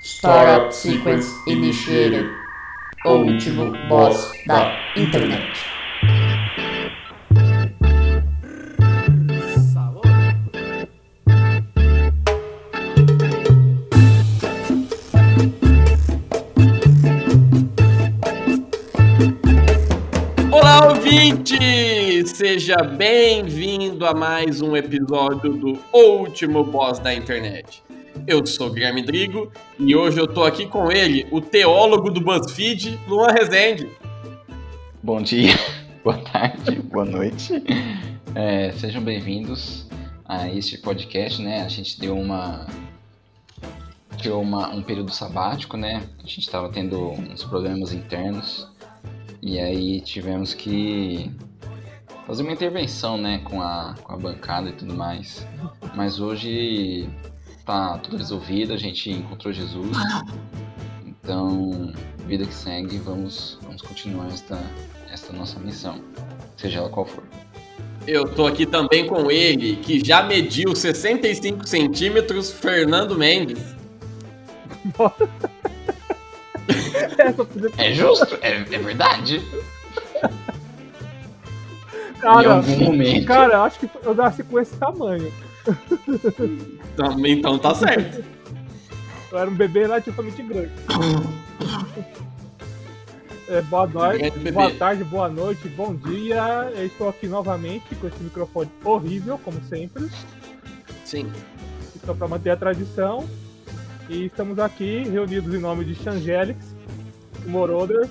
Startup Sequence Initiated, o último boss da internet. Olá, ouvinte! Seja bem-vindo a mais um episódio do O Último Boss da Internet. Eu sou Guilherme Drigo e hoje eu tô aqui com ele, o teólogo do BuzzFeed, Luan Rezende. Bom dia, boa tarde, boa noite. É, sejam bem-vindos a este podcast, né? A gente deu uma tirou uma- um período sabático, né? A gente estava tendo uns problemas internos e aí tivemos que fazer uma intervenção, né, com a, com a bancada e tudo mais. Mas hoje tá tudo resolvido, a gente encontrou Jesus. Então, vida que segue, vamos, vamos continuar esta, esta nossa missão, seja ela qual for. Eu tô aqui também com ele, que já mediu 65 centímetros, Fernando Mendes. Essa podia É justo, é, é verdade. em Cara, algum momento. cara, eu acho que eu nasci com esse tamanho. Então, então tá certo. Eu era um bebê relativamente grande. É, boa noite, Grande bebê. boa tarde, boa noite, bom dia. Eu estou aqui novamente com esse microfone horrível, como sempre. Sim. Então, para manter a tradição. E estamos aqui reunidos em nome de Xangelix, Moroder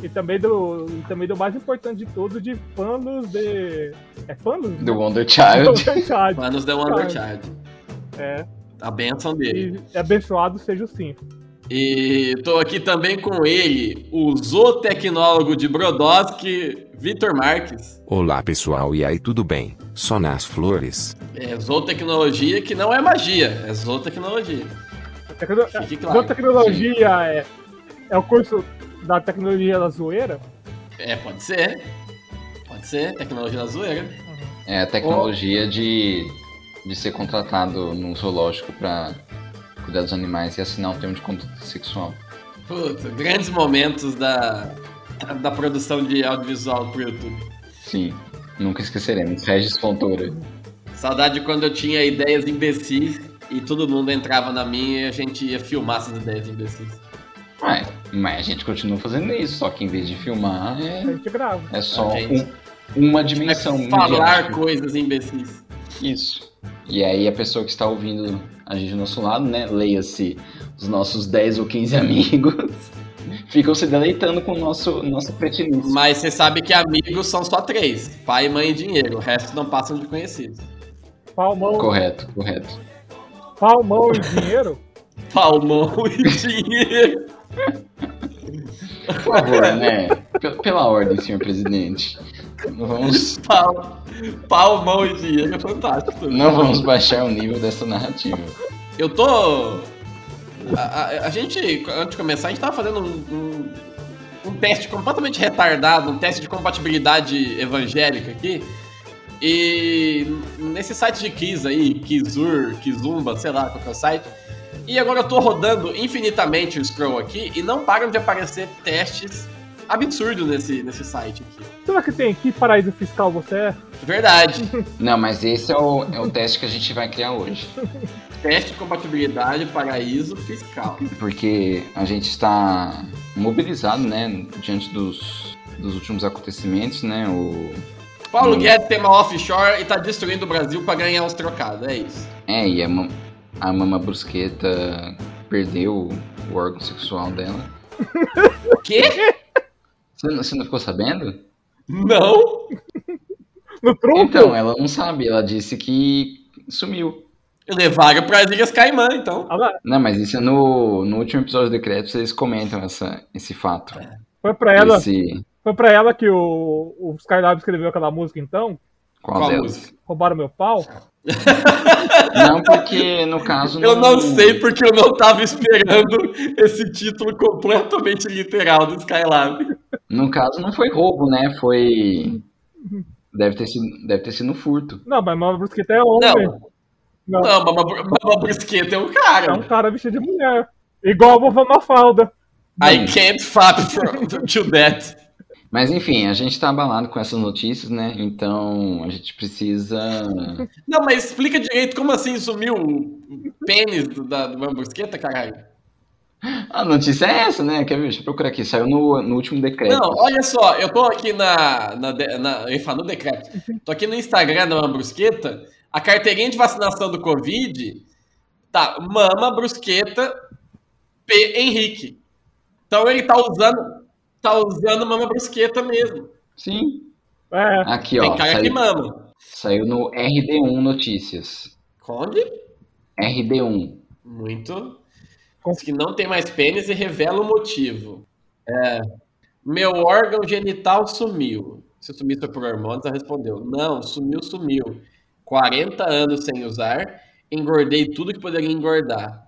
e também do, e também do mais importante de tudo, de Panos de. É Panos? Do Wonder Child. Verdade. Manos deu um undercard. É. A benção dele. E abençoado seja o sim. E tô aqui também com ele, o zootecnólogo de Brodowski, Vitor Marques. Olá pessoal, e aí tudo bem? Só nas flores? É zootecnologia que não é magia, é zootecnologia. Tecno... Fique Então, claro. tecnologia é... é o curso da tecnologia da zoeira? É, pode ser. Pode ser, tecnologia da zoeira. É a tecnologia de, de ser contratado num zoológico pra cuidar dos animais e assinar um termo de conduta sexual. Puta, grandes momentos da, da produção de audiovisual pro YouTube. Sim, nunca esqueceremos. Regis Fontoura. Saudade quando eu tinha ideias imbecis e todo mundo entrava na minha e a gente ia filmar essas ideias imbecis. Mas, mas a gente continua fazendo isso, só que em vez de filmar, A é, gente grava. é só A gente- um- uma dimensão. Falar midiática. coisas imbecis. Isso. E aí a pessoa que está ouvindo a gente do nosso lado, né? Leia-se os nossos 10 ou 15 amigos. Ficam se deleitando com o nosso, nossa cretinice. Mas você sabe que amigos são só três: pai, mãe e dinheiro. O resto não passam de conhecidos. Palmão, Correto, correto. palmão e dinheiro? Palmão e dinheiro. Por favor, né? P- Pela ordem, senhor presidente. Não vamos, Pau, pau, mão e dinheiro é fantástico. não vamos baixar o nível dessa narrativa. Eu tô. A, a- a gente, antes de começar, a gente tava fazendo um, um, um teste completamente retardado, um teste de compatibilidade evangélica aqui. E nesse site de Kiz aí, Kizur, Kizumba, sei lá qual que é o site. E agora eu tô rodando infinitamente o scroll aqui e não param de aparecer testes absurdos nesse, nesse site aqui. Será que tem? Que paraíso fiscal você é? Verdade. Não, mas esse é o, é o teste que a gente vai criar hoje. Teste de compatibilidade paraíso fiscal. porque a gente está mobilizado, né, diante dos, dos últimos acontecimentos, né, o... Paulo Hum. Guedes tem uma offshore e tá destruindo o Brasil pra ganhar os trocados, é isso. É, e a, ma- a Mama Brusqueta perdeu o órgão sexual dela. O quê? Você não, você não ficou sabendo? Não? No tronco? Então, ela não sabe, ela disse que sumiu. Levaram pras Ilhas Caimã, então. Ah lá, Não, mas isso é no, no último episódio do Decreto, vocês comentam essa, esse fato. foi pra ela, Esse, foi pra ela que o, o Skylab escreveu aquela música então? qual, Qual a delas? música? Roubaram meu pau? Não, porque no caso... Eu não sei porque eu não tava esperando esse título completamente literal do Skylab. No caso, não foi roubo, né? Foi. Deve ter sido, deve ter sido um furto. Não, mas Mama Brusqueta é homem. Não. Não, Não, Baba, Baba Brusqueta é um é cara. um cara vestido de mulher. Igual a vovó Mafalda. I can't fap from, to that. Mas enfim, a gente tá abalado com essas notícias, né? Então a gente precisa. Não, mas explica direito como assim sumiu o pênis do, da, do Baba Brusqueta, caralho. A notícia é essa, né? Quer ver? Deixa eu procurar aqui. Saiu no, no último decreto. Não, olha só, eu tô aqui na. na, de- na eu ia falar no decreto. Tô aqui no Instagram da Mama Brusqueta. A carteirinha de vacinação do Covid tá Mama Brusqueta P. Henrique. Então ele tá usando. Tá usando Mama Brusqueta mesmo. Sim. É, Aqui, Ah, Tem ó. cara Saiu, que mama. saiu no RD1 Notícias. Conde? RD1. Muito. Com- Diz que não tem mais pênis e revela o motivo. É. Meu órgão genital sumiu. Se sumir foi por hormônios, ela respondeu. Não, sumiu, sumiu. 40 anos sem usar, engordei tudo que poderia engordar.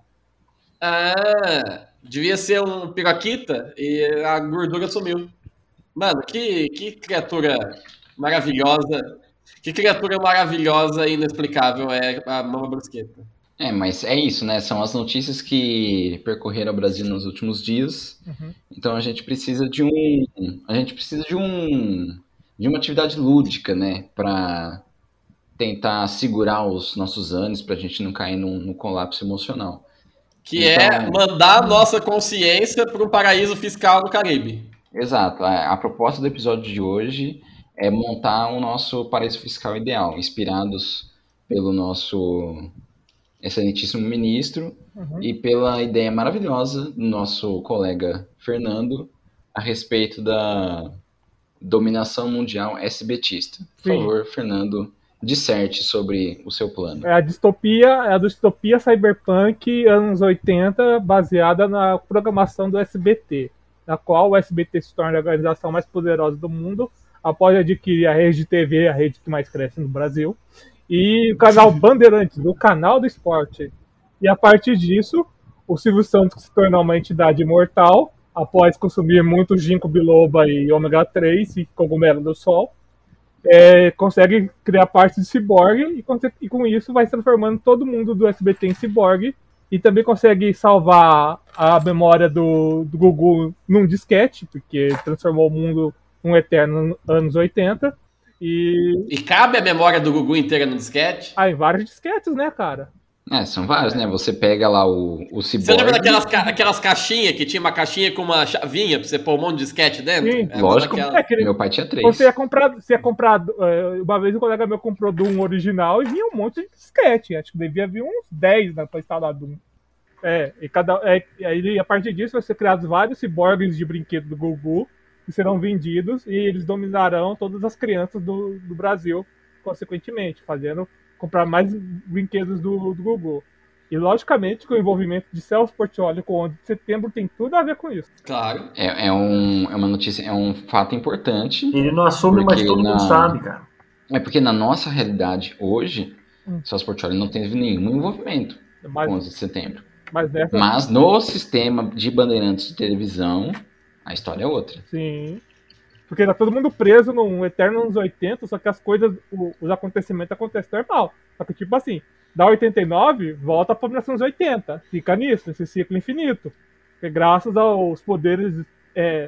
Ah, devia ser um piroquita e a gordura sumiu. Mano, que, que criatura maravilhosa. Que criatura maravilhosa e inexplicável é a mama brusqueta. É, mas é isso, né? São as notícias que percorreram o Brasil nos últimos dias. Uhum. Então a gente precisa de um, a gente precisa de um, de uma atividade lúdica, né? Para tentar segurar os nossos ânimos, para a gente não cair num, num colapso emocional. Que é Então- mandar a nossa consciência para um paraíso fiscal no Caribe. Exato. É, A, a proposta do episódio de hoje é montar o nosso paraíso fiscal ideal, inspirados pelo nosso excelentíssimo ministro. uhum. e pela ideia maravilhosa do nosso colega Fernando a respeito da dominação mundial SBTista. Por Sim. favor, Fernando, disserte sobre o seu plano. É a distopia, é a distopia cyberpunk anos 80, baseada na programação do SBT, na qual o SBT se torna a organização mais poderosa do mundo após adquirir a rede de TV, a rede que mais cresce no Brasil, e o canal Bandeirantes, o canal do esporte. E a partir disso, o Silvio Santos se tornou uma entidade imortal após consumir muito ginkgo biloba e ômega 3 e cogumelo do sol é, consegue criar parte de ciborgue e, conse- e com isso vai transformando todo mundo do SBT em ciborgue e também consegue salvar a memória do, do Gugu num disquete, porque transformou o mundo num eterno anos 80 e E cabe a memória do Gugu inteira no disquete? ah, em vários disquetes, né, cara? É, são vários, né? Você pega lá o, o Você lembra ciborgue, daquelas ca- aquelas caixinhas que tinha uma caixinha com uma chavinha pra você pôr um monte de disquete dentro? Sim. É uma Lógico. daquelas- É que meu pai tinha três. você é comprado, você é comprado, é, uma vez um colega meu comprou do um original e vinha um monte de disquete, acho que devia vir uns 10 na pra instalar do um. É, e cada é, e aí a partir disso vai ser criados vários ciborgues de brinquedo do Gugu que serão vendidos e eles dominarão todas as crianças do, do Brasil, consequentemente, fazendo comprar mais brinquedos do, do Gugu. E logicamente que o envolvimento de Celso Portiolli com o 11 de setembro tem tudo a ver com isso. Claro. É, é um, é uma notícia, é um fato importante. Ele não assume, mas Porque todo na- mundo sabe, cara. É porque na nossa realidade hoje, Hum. Celso Portiolli não teve nenhum envolvimento com Mas, 11 de setembro. mas nessa, Mas no sistema de bandeirantes de televisão, a história é outra. Sim. Porque tá todo mundo preso num eterno anos 80, só que as coisas, o- os acontecimentos acontecem normal. Só que, tipo assim, dá 89, volta pra 1980. Fica nisso, nesse ciclo infinito. Porque graças aos poderes é,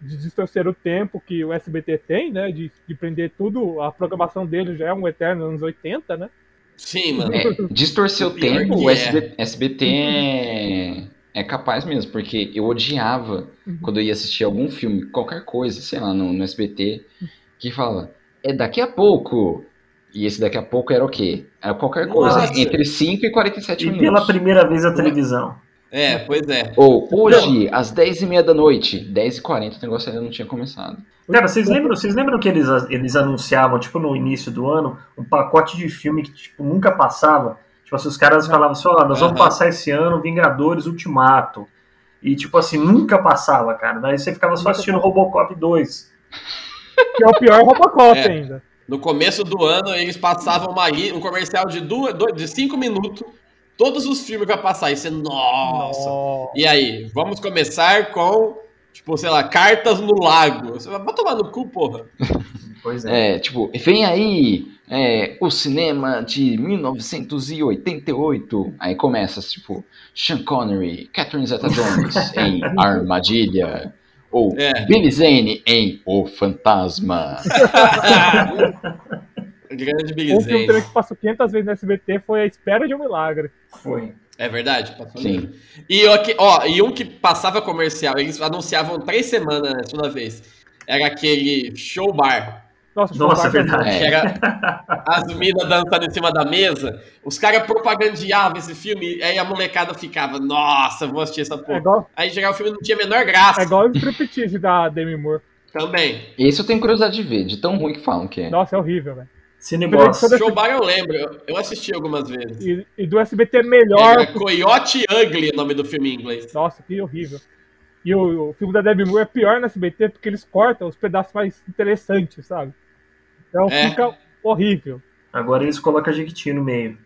de distorcer o tempo que o SBT tem, né? De, de prender tudo, a programação dele já é um eterno anos 80, né? Sim, mano. É, distorcer o O pior tempo, que o é. SB SBT é, é capaz mesmo, porque eu odiava Uhum. quando eu ia assistir algum filme, qualquer coisa, sei lá, no, no SBT, que fala, é daqui a pouco. E esse daqui a pouco era o quê? Era qualquer coisa, Nossa. entre 5 e 47 E pela minutos. primeira vez a televisão. É, pois é. Ou hoje, às 10h30 da noite, 10h40 o negócio ainda não tinha começado. Cara, vocês lembram, vocês lembram que eles, eles anunciavam, tipo, no início do ano, um pacote de filme que, tipo, nunca passava? Tipo assim, os caras falavam assim, ó, nós vamos Aham. passar esse ano Vingadores Ultimato. E, tipo assim, nunca passava, cara. Daí você ficava só assistindo Robocop 2. Que é o pior Robocop É. ainda. No começo do ano, eles passavam uma, li- um comercial de, duas, dois, de cinco minutos, todos os filmes que ia passar. E você, nossa, Um E aí, vamos começar com, tipo, sei lá, cartas no lago. Você vai vai tomar no cu, porra. Pois é. É, tipo, vem aí é, o cinema de 1988. Aí começa, tipo, Sean Connery, Catherine Zeta-Jones em Armadilha, ou É. Billy Zane em O Fantasma. Grande Billy Um filme também Zane. que passou 500 vezes no SBT foi A Espera de um Milagre. Foi. É verdade? Passou Sim. E, ó, que- ó, e um que passava comercial, eles anunciavam três semanas né, toda vez. Era aquele show bar. Nossa, Nossa, Chewbacca- verdade. É. Que era as minas dançando em cima da mesa. Os caras propagandeavam esse filme. e Aí a molecada ficava, nossa, vou assistir essa É porra. igual, Aí chegar o filme não tinha a menor é graça. igual o striptease da Demi Moore. Também. Esse eu tenho curiosidade de ver, de tão ruim que falam que é. Nossa, é horrível, velho. Cineboss. Toda- Show bar eu lembro. eu- Eu assisti algumas vezes. E, e do SBT melhor. Era Coyote Ugly o nome do filme em inglês. Nossa, que horrível. E o, o filme da Debbie Moore é pior no SBT porque eles cortam os pedaços mais interessantes, sabe? Então É. fica horrível. Agora eles colocam a Jequiti no meio.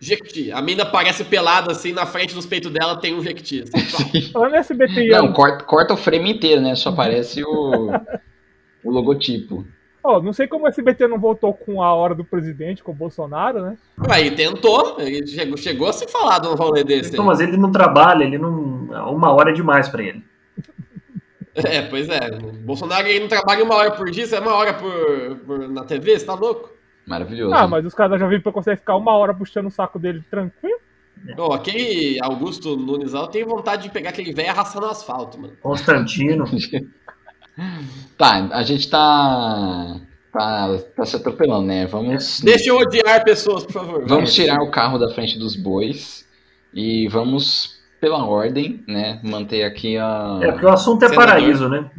Jequiti. A mina parece pelada assim, na frente dos peitos dela tem um Jequiti. assim. Falando em SBT, e Não, anos- corta, corta o frame inteiro, né? Só aparece o, o logotipo. ó, não sei como o SBT não voltou com a hora do presidente, com o Bolsonaro, né? Aí tentou, ele chegou, chegou a se falar de um rolê desse. Então, mas ele não trabalha, ele não. Uma hora é demais pra ele. É, pois é. O Bolsonaro ele não trabalha uma hora por dia, isso é uma hora por, por- na TV, você tá louco? Uhum. Maravilhoso. Ah, mas os caras já viram pra conseguir ficar uma hora puxando o saco dele tranquilo. É. Ô, aquele Augusto Nunes lá, eu tenho vontade de pegar aquele velho arrastando asfalto, mano. Constantino. Tá, a gente tá, tá. tá se atropelando, né? Vamos. Deixa eu odiar pessoas, por favor. Vamos tirar o carro da frente dos bois e vamos, pela ordem, né? Manter aqui a. É porque o assunto é Senador. paraíso, né?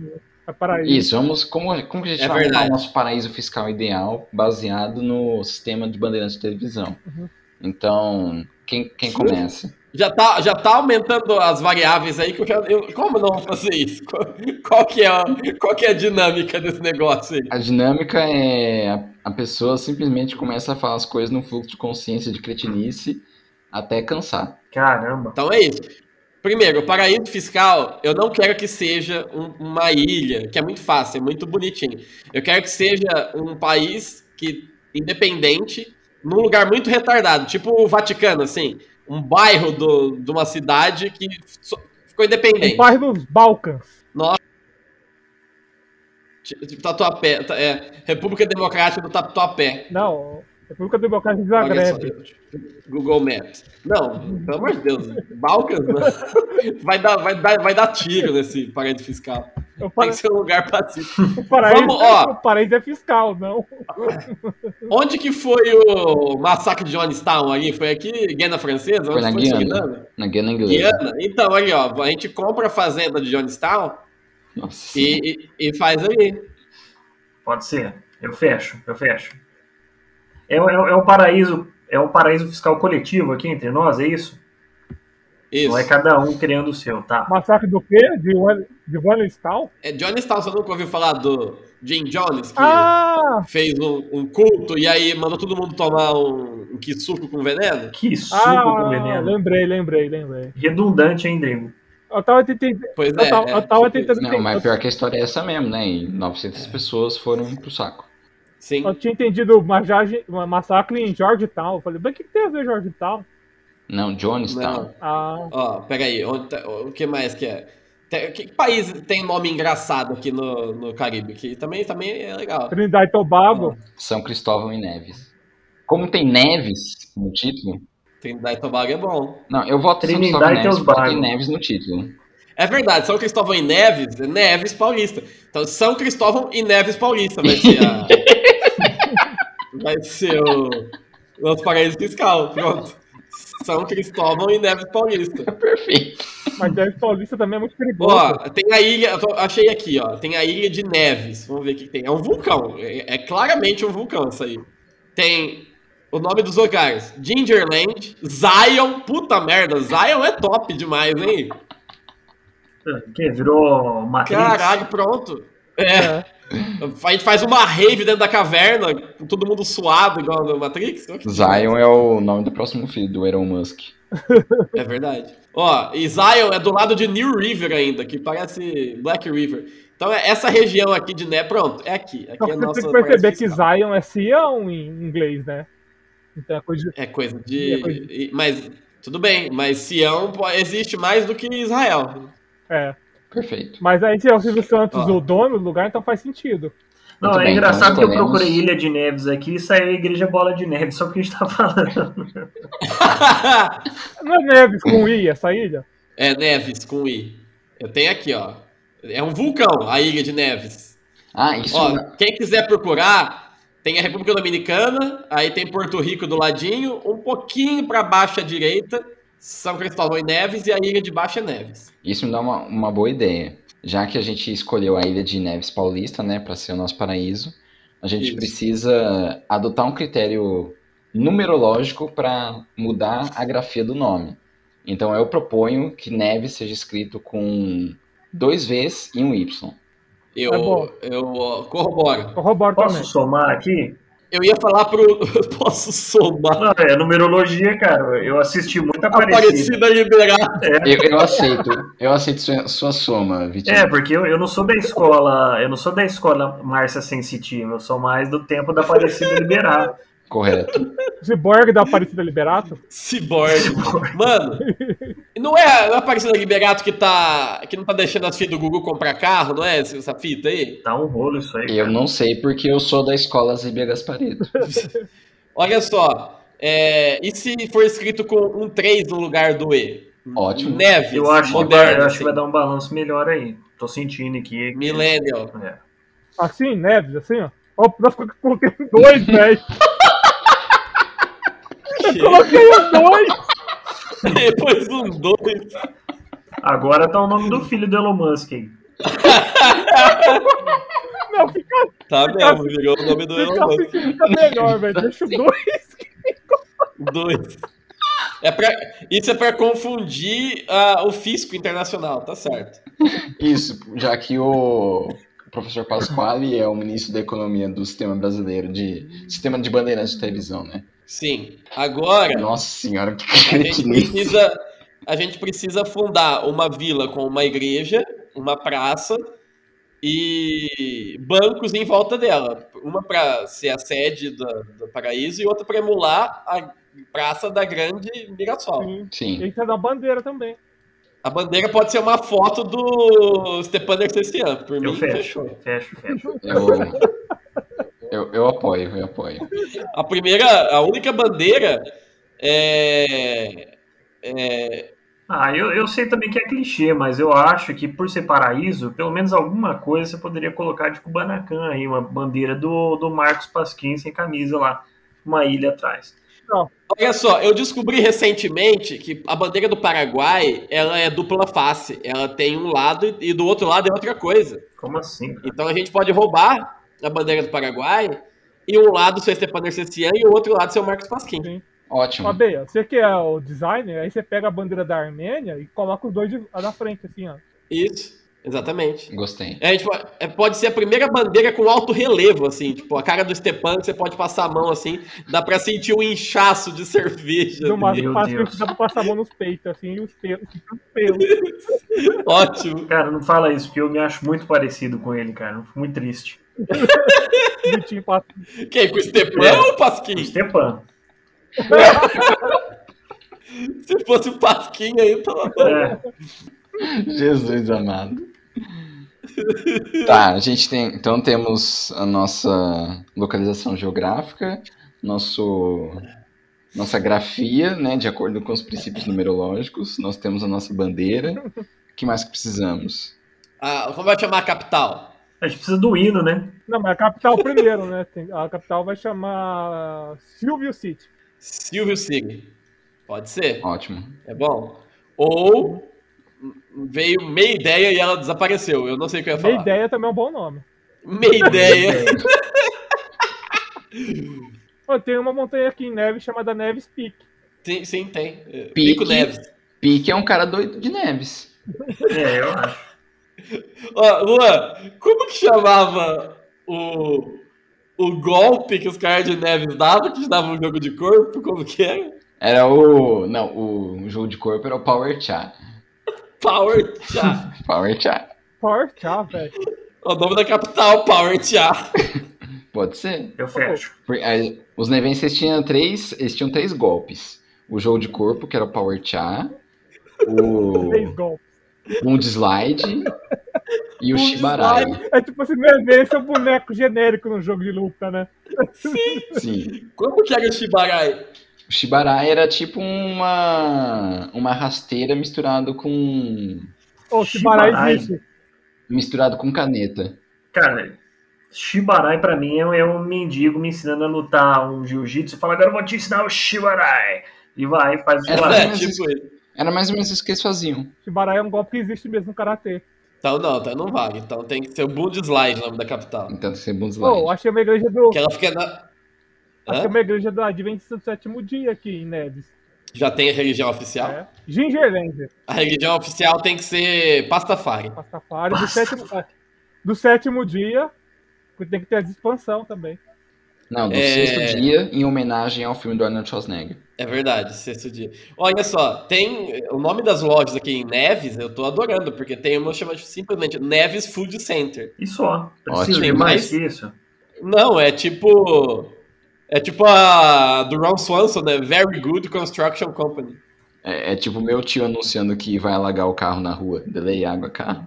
É para isso. Isso, vamos. Como, como que a gente É vai montar verdade. o nosso paraíso fiscal ideal baseado no sistema de bandeirantes de televisão? Uhum. Então, quem, quem começa? Já tá, já tá aumentando as variáveis aí que eu já. eu- como eu não vou fazer isso? Qual, qual que é a, qual que é a dinâmica desse negócio aí? A dinâmica é a, a pessoa simplesmente começa a falar as coisas num fluxo de consciência de cretinice até cansar. Caramba. Então é isso. Primeiro, o paraíso fiscal, eu não quero que seja um- uma ilha, que é muito fácil, é muito bonitinho. Eu quero que seja um país que independente, num lugar muito retardado, tipo o Vaticano, assim, um bairro do- de uma cidade que só- ficou independente. O bairro dos Balcãs. Tipo Tatuapé, ta- é, República Democrática do Tatuapé. Não, República Democrática de Olha só, Zagreb. Google Maps. Não, pelo amor de Deus, Balcãs, não. Vai dar, vai dar, vai dar tiro nesse paraíso fiscal. Eu Tem falei, que ser um lugar pacífico. o paraíso, vamos, ó. o paraíso é fiscal, não. Onde que foi o massacre de Johnstown ali? Foi aqui, Guiana Francesa? Foi Onde na foi Guiana. Guiana? Na Guiana Inglesa. Guiana? Então, ali, ó, a gente compra a fazenda de Johnstown Nossa. e, e, e faz ali. Pode ser. Eu fecho, eu fecho. É, o- é, o- é o paraíso. É um paraíso fiscal coletivo aqui entre nós, é isso? Isso. Não é cada um criando o seu, tá? Massacre do quê? De, Wan- de Wallenstein? É Johnstown, você nunca ouviu falar do Jim Jones, que Ah! fez um, um culto e aí mandou todo mundo tomar um, um suco com veneno? Que suco Ah, com veneno. lembrei, lembrei, lembrei. Redundante, hein, Drigo? Eu tava tentando. Pois Eu é. tava- é, eu tava tipo tentando- Não, mas pior que a história é essa mesmo, né? E 900 pessoas foram pro saco. isso. Sim. Eu tinha entendido uma, jage- uma massacre em Georgetown. Eu falei, mas o que, que tem a ver Georgetown? Não, Jonestown. Não. Ah, Ó, peraí, onde tá- o que mais que é? Tem- que país tem nome engraçado aqui no, no Caribe? Que também, também é legal. Trinidad e Tobago. São Cristóvão e Neves. Como tem Neves no título. Trinidad e Tobago é bom. Não, eu voto em São Trinidad e Cristóvão e Neves porque tem Tobago. Neves no título. É verdade, São Cristóvão e Neves, é Neves Paulista. Então, São Cristóvão e Neves Paulista vai ser a... vai ser o nosso paraíso fiscal, pronto. São Cristóvão e Neves Paulista. Perfeito. Mas deve Paulista também é muito perigoso. Ó, tem a ilha, eu tô- achei aqui, ó. Tem a ilha de Neves. Vamos ver o que que tem. É um vulcão. É, é claramente um vulcão isso aí. Tem o nome dos lugares: Gingerland, Zion. Puta merda, Zion é top demais, hein? Que Ah, virou Matrix. Caralho, pronto. É. É. A gente faz uma rave dentro da caverna, com todo mundo suado, igual no Matrix. Zion é o nome do próximo filho do Elon Musk. É verdade. Ó, e Zion é do lado de New River ainda, que parece Black River. Então é essa região aqui de né, pronto, é aqui. Aqui Só é que a você nossa tem que perceber parte que fiscal. Zion é Sião em inglês, né? Então é coisa de... é coisa é coisa de, e- mas tudo bem, mas Sião po- existe mais do que Israel. É. Perfeito. Mas aí se é o Silvio Santos Ó. o dono do lugar, então faz sentido. Não, Muito é bem, engraçado então que eu escolhemos- procurei Ilha de Neves aqui e saiu a Igreja Bola de Neve, só porque a gente tá falando. Não é Neves com I essa ilha? é Neves com I. Eu tenho aqui, ó. É um vulcão, a Ilha de Neves. Ah, isso. Ó, quem quiser procurar, tem a República Dominicana, aí tem Porto Rico do ladinho, um pouquinho para baixo à direita, São Cristóvão e Neves e a Ilha de Baixa Neves. Isso me dá uma, uma boa ideia. Já que a gente escolheu a Ilha de Neves Paulista, né, para ser o nosso paraíso, a gente Isso. precisa adotar um critério numerológico para mudar a grafia do nome. Então eu proponho que Neves seja escrito com dois Vs e um Y. Eu, Tá bom. eu ó, corroboro. Corroboro Posso também. somar aqui? Eu ia falar pro. eu Posso somar. Não, é numerologia, cara. Eu assisti muito Aparecida. Aparecida liberada. Eu, eu aceito, eu aceito sua, sua soma, Vitinho. É, porque eu, eu não sou da escola, eu não sou da escola Márcia Sensitiva, eu sou mais do tempo da Aparecida Liberar. Correto. Cyborg da Aparecida Liberato? Ciborgue. Mano, não é a Aparecida Liberato que, tá, que não tá deixando as filhas do Gugu comprar carro, não é essa essa fita aí? Tá um rolo isso aí. Eu não sei porque eu sou da escola Zibia Gasparito. Olha só. é, e se for escrito com um 3 no lugar do E? Ótimo. Neves. Eu acho, que moderno, vai, eu acho que vai assim, dar um balanço melhor aí. Tô sentindo aqui. Millennial. É. Assim, Neves, assim, ó. Ó, nossa, eu coloquei dois, velho. Coloquei os dois. Depois um 2. Agora tá o nome do filho do Elon Musk aí. Não, fica, Tá mesmo, virou o nome do fica, Elon Musk. fica, melhor, velho. Deixa os dois. Dois. É pra, isso é pra confundir ah, o fisco internacional, tá certo. Isso, já que o professor Pasquale é o ministro da Economia do Sistema Brasileiro, de Sistema de Bandeirantes de Televisão, né? Sim. Agora, Nossa senhora, que a gente cretinice. precisa, a gente precisa fundar uma vila com uma igreja, uma praça e bancos em volta dela. Uma pra ser a sede da- do Paraíso e outra pra emular a praça da Grande Mirassol. Sim. Sim, Tem que dar bandeira também. A bandeira pode ser uma foto do Stepan Dercessian. Por Eu mim, fecho, fechou. fecho, fecho. eu, eu, eu apoio, eu apoio. A primeira, a única bandeira é. é- Ah, eu, eu sei também que é clichê, mas eu acho que por ser paraíso, pelo menos alguma coisa você poderia colocar de Kubanacan aí, uma bandeira do, do Marcos Pasquim sem camisa lá, uma ilha atrás. Olha só, eu descobri recentemente que a bandeira do Paraguai ela é dupla face. Ela tem um lado e do outro lado é outra coisa. Como assim? cara? Então a gente pode roubar a bandeira do Paraguai e um lado ser Stepan Dercessian e o outro lado ser o Marcos Pasquim. Ó, Ótimo. Beia, você que é o designer, aí você pega a bandeira da Armênia e coloca os dois de- na frente, assim, ó. Isso, exatamente. Gostei. A gente pode, é, pode ser a primeira bandeira com alto relevo, assim, tipo, a cara do Stepan, que você pode passar a mão assim, dá pra sentir o inchaço de cerveja. né? Do máximo, Meu passa que Deus. dá pra passar a mão nos peitos, assim, e os pelos. Os pelos. Ótimo. Cara, não fala isso, porque eu me acho muito parecido com ele, cara. Eu fico muito triste. bonitinho pra- Quem? Com o É. Stepan ou o Pasquim? Stepan. Se fosse o Pasquim aí, tava bom. É, Jesus amado. Tá, a gente tem. Então temos a nossa localização geográfica, nosso, nossa grafia, né? De acordo com os princípios numerológicos. Nós temos a nossa bandeira. O que mais que precisamos? Ah, como vai chamar a capital? a gente precisa do hino, né? Não, mas a capital primeiro, né? Tem- A capital vai chamar Silvio City. Silvio City. Pode ser, Ótimo. é bom. Ou hum, veio meia ideia e ela desapareceu. Eu não sei o que eu ia Meia falar. ideia também é um bom nome. Meia ideia. Ó, tem uma montanha aqui em neve chamada Neves Peak. sim, sim, tem. É, Pique. Pico Neves. Pique é um cara doido de Neves. É, eu acho. Ó, Luan, como que chamava o, o golpe que os caras de Neves davam, que dava um jogo de corpo? Como que era? Era o. Não, o jogo de corpo era o Power Chá. Power Tchá. Power Chá. Power tchau, velho. O nome da capital, Power Tchá. Pode ser. Eu fecho. Por- aí, os nevenses tinham três. Eles tinham três golpes. O jogo de corpo, que era o Power Chá. Três O. golpes. Um de slide. E o Bunda Shibarai. É tipo assim, não é bem esse é um boneco genérico no jogo de luta, né? Sim. Como que era o Shibarai? O Shibarai era tipo uma uma rasteira misturado com Ô, Shibarai Shibarai. existe. misturado com caneta. Cara, Shibarai pra mim é um- é um mendigo me ensinando a lutar um jiu-jitsu. Fala, agora eu vou te ensinar o Shibarai. E vai, faz o É Shibarai. sério? É, tipo isso. Era mais ou menos isso que eles faziam. Shibarai é um golpe que existe mesmo no Karatê. Então não, então não vale. Então tem que ser o Bund Slide, o nome da capital. Então tem que ser bom slide. Pô, achei uma igreja do. Que ela fica na. Achei Hã? uma igreja do Adventista do sétimo dia aqui em Neves. Já tem a religião oficial? É. Gingerland, A religião oficial tem que ser Pastafari. Pastafari, do sétimo, é, do sétimo dia. porque Tem que ter as expansão também. Não, do É. sexto dia em homenagem ao filme do Arnold Schwarzenegger. É verdade, sexto dia. Olha só, tem o nome das lojas aqui em Neves, eu tô adorando, porque tem uma chamada simplesmente Neves Food Center. E só. Ótimo. Precisa de Tem mais mais? que isso. Não, é tipo. É tipo a do Ron Swanson, né? Very Good Construction Company. É, é tipo meu tio anunciando que vai alagar o carro na rua, delay água carro.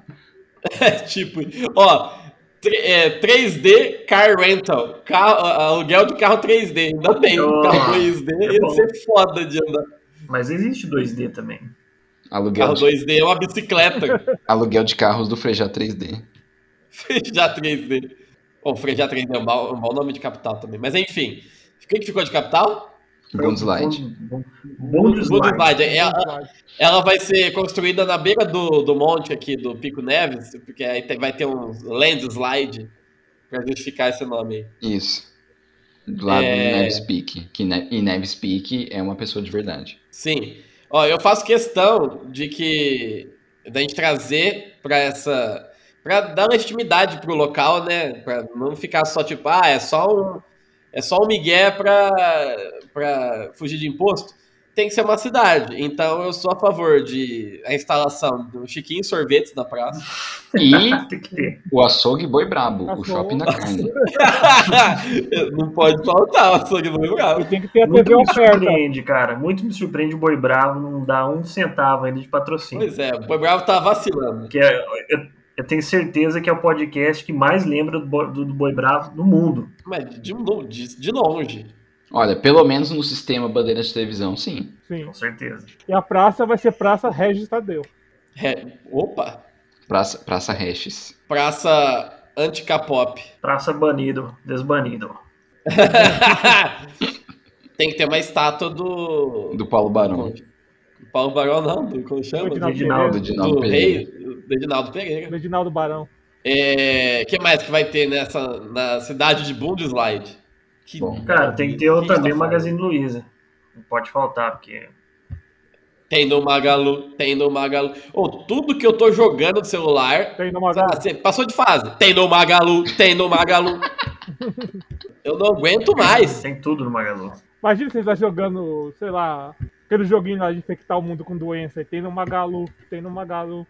É tipo. Ó, tre- é, 3D Car Rental. Carro- aluguel de carro 3D. Ainda bem. Oh, carro 2D é ia bom. ser foda de andar. Mas existe 2D também. Aluguel, Carro de, 2D é uma bicicleta. aluguel de carros do Frejá 3D. Frejar 3D. Bom, Frejar 3D é um mau, um mau nome de capital também. Mas enfim, o que que ficou de capital? Bom slide. Bom, bom, bom Bunda slide. Slide. É, Ela, ela vai ser construída na beira do, do monte aqui, do Pico Neves, porque aí tem- vai ter um landslide pra justificar esse nome aí. Isso. Do lado É. do Neves Peak. Que ne e Neves Peak é uma pessoa de verdade. Sim. Ó, eu faço questão de que da gente trazer pra essa pra dar legitimidade pro local, né? Pra não ficar só tipo, ah, é só um é só um migué pra para fugir de imposto. Tem que ser uma cidade. Então eu sou a favor de a instalação do Chiquinho Sorvetes na praça. E Tem que ter. o açougue boi brabo, o Açougue. shopping da carne. não pode faltar, só que não é bravo. E tem que ter a Muito TV me oferta. surpreende, cara. Muito me surpreende o Boi Bravo não dar um centavo ainda de patrocínio. Pois é, o Boi Bravo tá vacilando. Que é, eu, eu tenho certeza que é o podcast que mais lembra do, Bo- do, do Boi Bravo no mundo. Mas de, lo- de, de longe. Olha, pelo menos no sistema bandeira de televisão, sim. Sim. Com certeza. E a praça vai ser Praça Regis Tadeu. É, opa! Praça, Praça Hashes. Praça anti-K-pop. Praça banido, desbanido. Tem que ter uma estátua do. Do Paulo Barão. Do Paulo Barão, não, do. Como chama? Reginaldo Do, Reginaldo Do Dinaldo do rei, Pereira. do Edinaldo Pereira. Reginaldo Barão. É, que mais que vai ter nessa, na cidade de Bund Slide? Que- Bom. Cara, tem que ter eu O que a gente tá também falando? Magazine Luiza. Não pode faltar, porque. Tem no Magalu, tem no Magalu. Ou tudo que eu tô jogando no celular. ah, Tem no Magalu. Você passou de fase. Tem no Magalu, tem no Magalu. eu não aguento mais. Tem tudo no Magalu. Imagina vocês lá jogando, sei lá, aquele joguinho lá de infectar o mundo com doença. E tem no Magalu, tem no Magalu.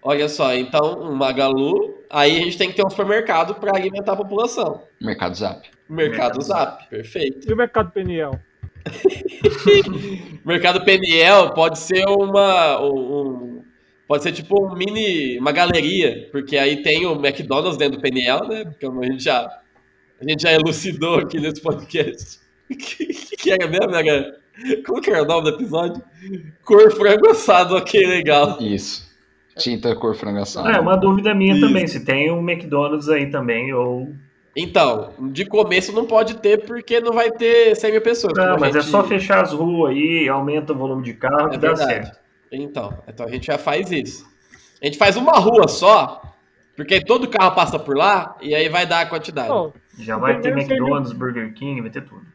Olha só, então, um Magalu, aí a gente tem que ter um supermercado para alimentar a população. Mercado Zap. Mercado Mercado Zap, perfeito. E o Mercado Peniel? Mercado Peniel pode ser uma. um- pode ser tipo um mini. uma galeria, porque aí tem o McDonald's dentro do Peniel, né? Porque a gente já, a gente já elucidou aqui nesse podcast. O que, que era mesmo? Era, como que era o nome do episódio? Cor frango assado, ok, legal. Isso. Tinta cor frango assado. Ah, é uma dúvida minha Isso. também, se tem um McDonald's aí também, ou. Então, de começo não pode ter, porque não vai ter 100 mil pessoas. Não, como a mas é gente- só fechar as ruas aí, aumenta o volume de carro, É que dá verdade. certo. Então, então a gente já faz isso. A gente faz uma rua só, porque todo carro passa por lá e aí vai dar a quantidade. Ó, Já O vai ter primeiro tem McDonald's, Burger King, vai ter tudo.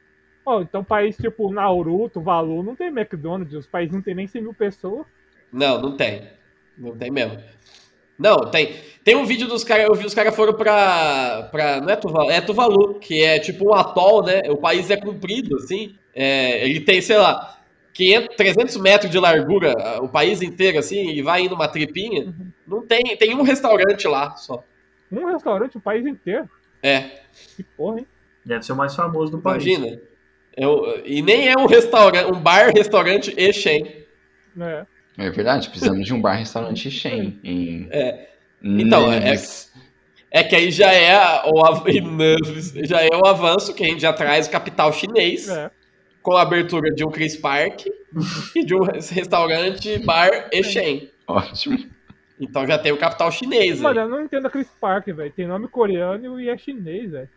ó, então país tipo Nauru, Tuvalu, não tem McDonald's. Os países não tem nem 100 mil pessoas. Não, não tem. Não tem mesmo. Não, tem. Tem um vídeo dos caras, eu vi os caras foram pra, pra. Não é Tuvalu, é Tuvalu, que é tipo um atol, né? O país é comprido, assim. É, ele tem, sei lá, 500, 300 metros de largura, o país inteiro, assim, e vai indo uma tripinha. Não tem, tem um restaurante lá só. Um restaurante, o país inteiro. É, Que porra, hein? Deve ser o mais famoso do país. imagina. É o- e nem é um restaurante, um bar, restaurante e Shen. É. É verdade, precisamos de um bar restaurante Shen. Em... É. Então, é, Neves. é que aí já é a- o, av- em Neves, já é o avanço que a gente já traz o capital chinês, é. com a abertura de um Chris Park e de um res- restaurante, bar e Shen. Ótimo. Então já tem o capital chinês. aí. Mano, eu não entendo aquele Park, velho. Tem nome coreano e é chinês, velho.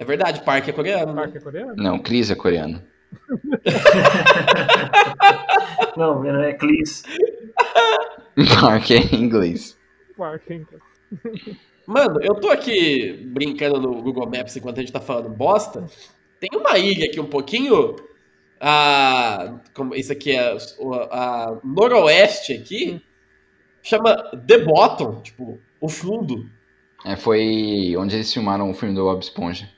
É verdade, Park é coreano. né? Park é coreano? Não, Cris é coreano. Não, não é Clis. Park é em inglês. Park, hein? cara. Mano, eu tô aqui brincando no Google Maps enquanto a gente tá falando bosta. Tem uma ilha aqui um pouquinho. A, como, isso aqui é o- a noroeste aqui. Chama The Bottom, tipo, o fundo. É, foi onde eles filmaram o filme do Bob Esponja.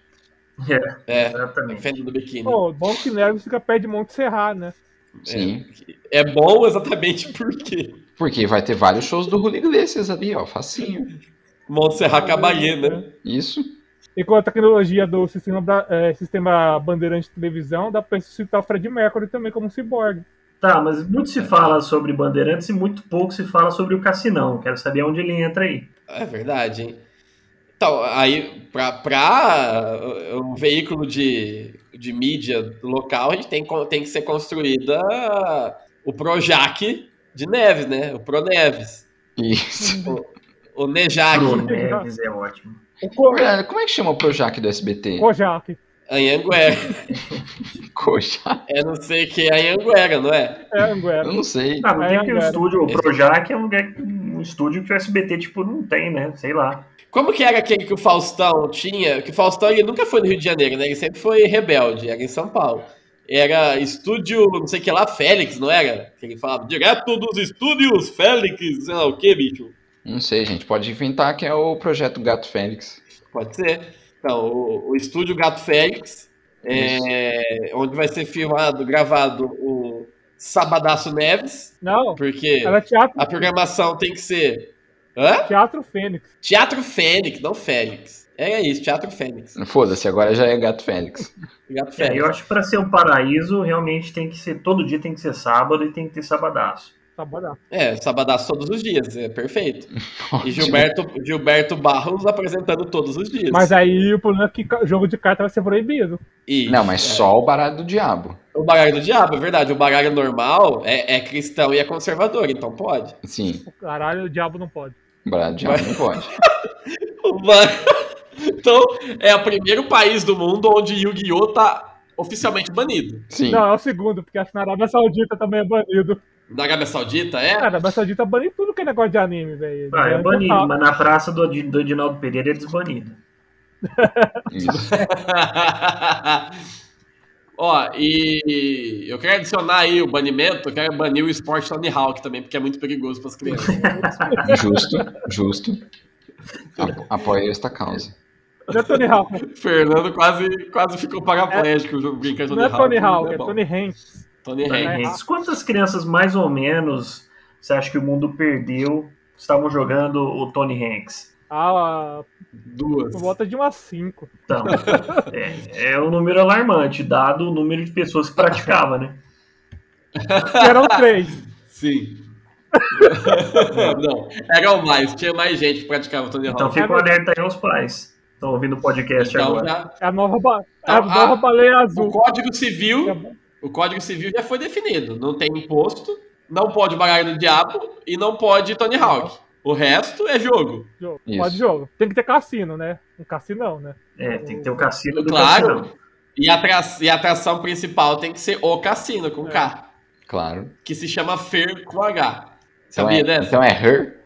É, É, a exatamente. fenda do biquíni. Pô, bom que Neves fica perto de Monte Serra, né? Sim. É bom exatamente porque Porque vai ter vários shows do Julio Iglesias ali, ó. Facinho. Montserrat Caballé, né? Isso. E com a tecnologia do sistema, bra- eh, sistema bandeirante de televisão, dá pra ressuscitar o Fred Mercury também como um ciborgue. Tá, mas muito se fala sobre Bandeirantes e muito pouco se fala sobre o Cassinão. Quero saber onde ele entra aí. É verdade, hein? Então, aí, pra, pra uh, um veículo de, de mídia local, a gente tem, co- tem que ser construída uh, o Projac de Neves, né? O Proneves. Isso. O Nejac. Bruno Neves é ótimo. O Co- Olha, Como é que chama o Projac do SBT? Kojak. Anhanguera. Coxa. É não sei o que é Anhanguera, não é? É, Anguera. Eu não sei. Ah, não tem É, porque o cara. estúdio, o Esse- Projac é um lugar que- um estúdio que o SBT, tipo, não tem, né? Sei lá. Como que era aquele que o Faustão tinha? Que o Faustão ele nunca foi no Rio de Janeiro, né? Ele sempre foi rebelde, era em São Paulo. Era estúdio, não sei o que lá, Félix, não era? Que ele falava, direto dos estúdios, Félix, sei lá o que, bicho. Não sei, gente. Pode inventar que é o projeto Gato Félix. Pode ser. Então, o, o estúdio Gato Félix, é, onde vai ser filmado, gravado o Sabadaço Neves, Não, porque era teatro, a programação tem que ser. Hã? teatro Fênix. Teatro Fênix, não Félix. É isso, Teatro Fênix. Foda-se, agora já é Gato Félix. Gato É, Félix. eu acho que pra ser um paraíso, realmente tem que ser. Todo dia tem que ser sábado e tem que ter sabadaço. Tá barato. É, sabadaço todos os dias, é perfeito. E Ótimo. Gilberto, Gilberto Barros apresentando todos os dias. Mas aí o problema é que ca- jogo de carta vai ser proibido. E- Não, mas só o baralho do diabo. O baralho do diabo, é verdade. O baralho normal é, é cristão e é conservador, então pode. Sim, Caralho, o diabo não pode. o baralho do diabo não pode. O bar- Então, é o primeiro país do mundo onde Yu-Gi-Oh! tá oficialmente banido. Sim. Não, é o segundo, porque acho que na Arábia Saudita também é banido. Na Arábia Saudita, Cara, a é? Arábia Saudita bane tudo que é negócio de anime, velho. Ah, é Então, banido, tá. mas na praça do, Adi- do Edinaldo Pereira é desbanido. Isso. Ó, e eu quero adicionar aí o banimento, eu quero banir o esporte Tony Hawk também, porque é muito perigoso para as crianças. Justo, justo. Apo- Apoio esta causa. Não é Tony Hawk, né? Fernando quase, quase ficou paraplégico brincando não é Tony né, Hawk, é Tony Hanks. Tony Tony Hanks. Hanks. Tá, Quantas crianças, mais ou menos, você acha que o mundo perdeu estavam jogando o Tony Hanks? Ah, Duas. por volta de umas 5. Então, é, é um número alarmante, dado o número de pessoas que praticava, né? Eram três. Sim. não, era o mais, tinha mais gente que praticava Tony Então Hawk. fica o alerta aí aos pais. Estão ouvindo o podcast Então, agora. já, É a nova, ba... é Então, a nova a- baleia o azul. Código É Civil, o Código Civil já foi definido. Não tem imposto, não pode baralho do diabo e não pode Tony Hawk. O resto é jogo. Jogo. Isso. Pode jogo. Tem que ter cassino, né? Um cassinão, né? É, tem que ter o cassino do Claro. cassinão. E a, tra- e a atração principal tem que ser o cassino com É. K, Claro. que se chama Fer com H. Então Sabia é, dessa? então é her?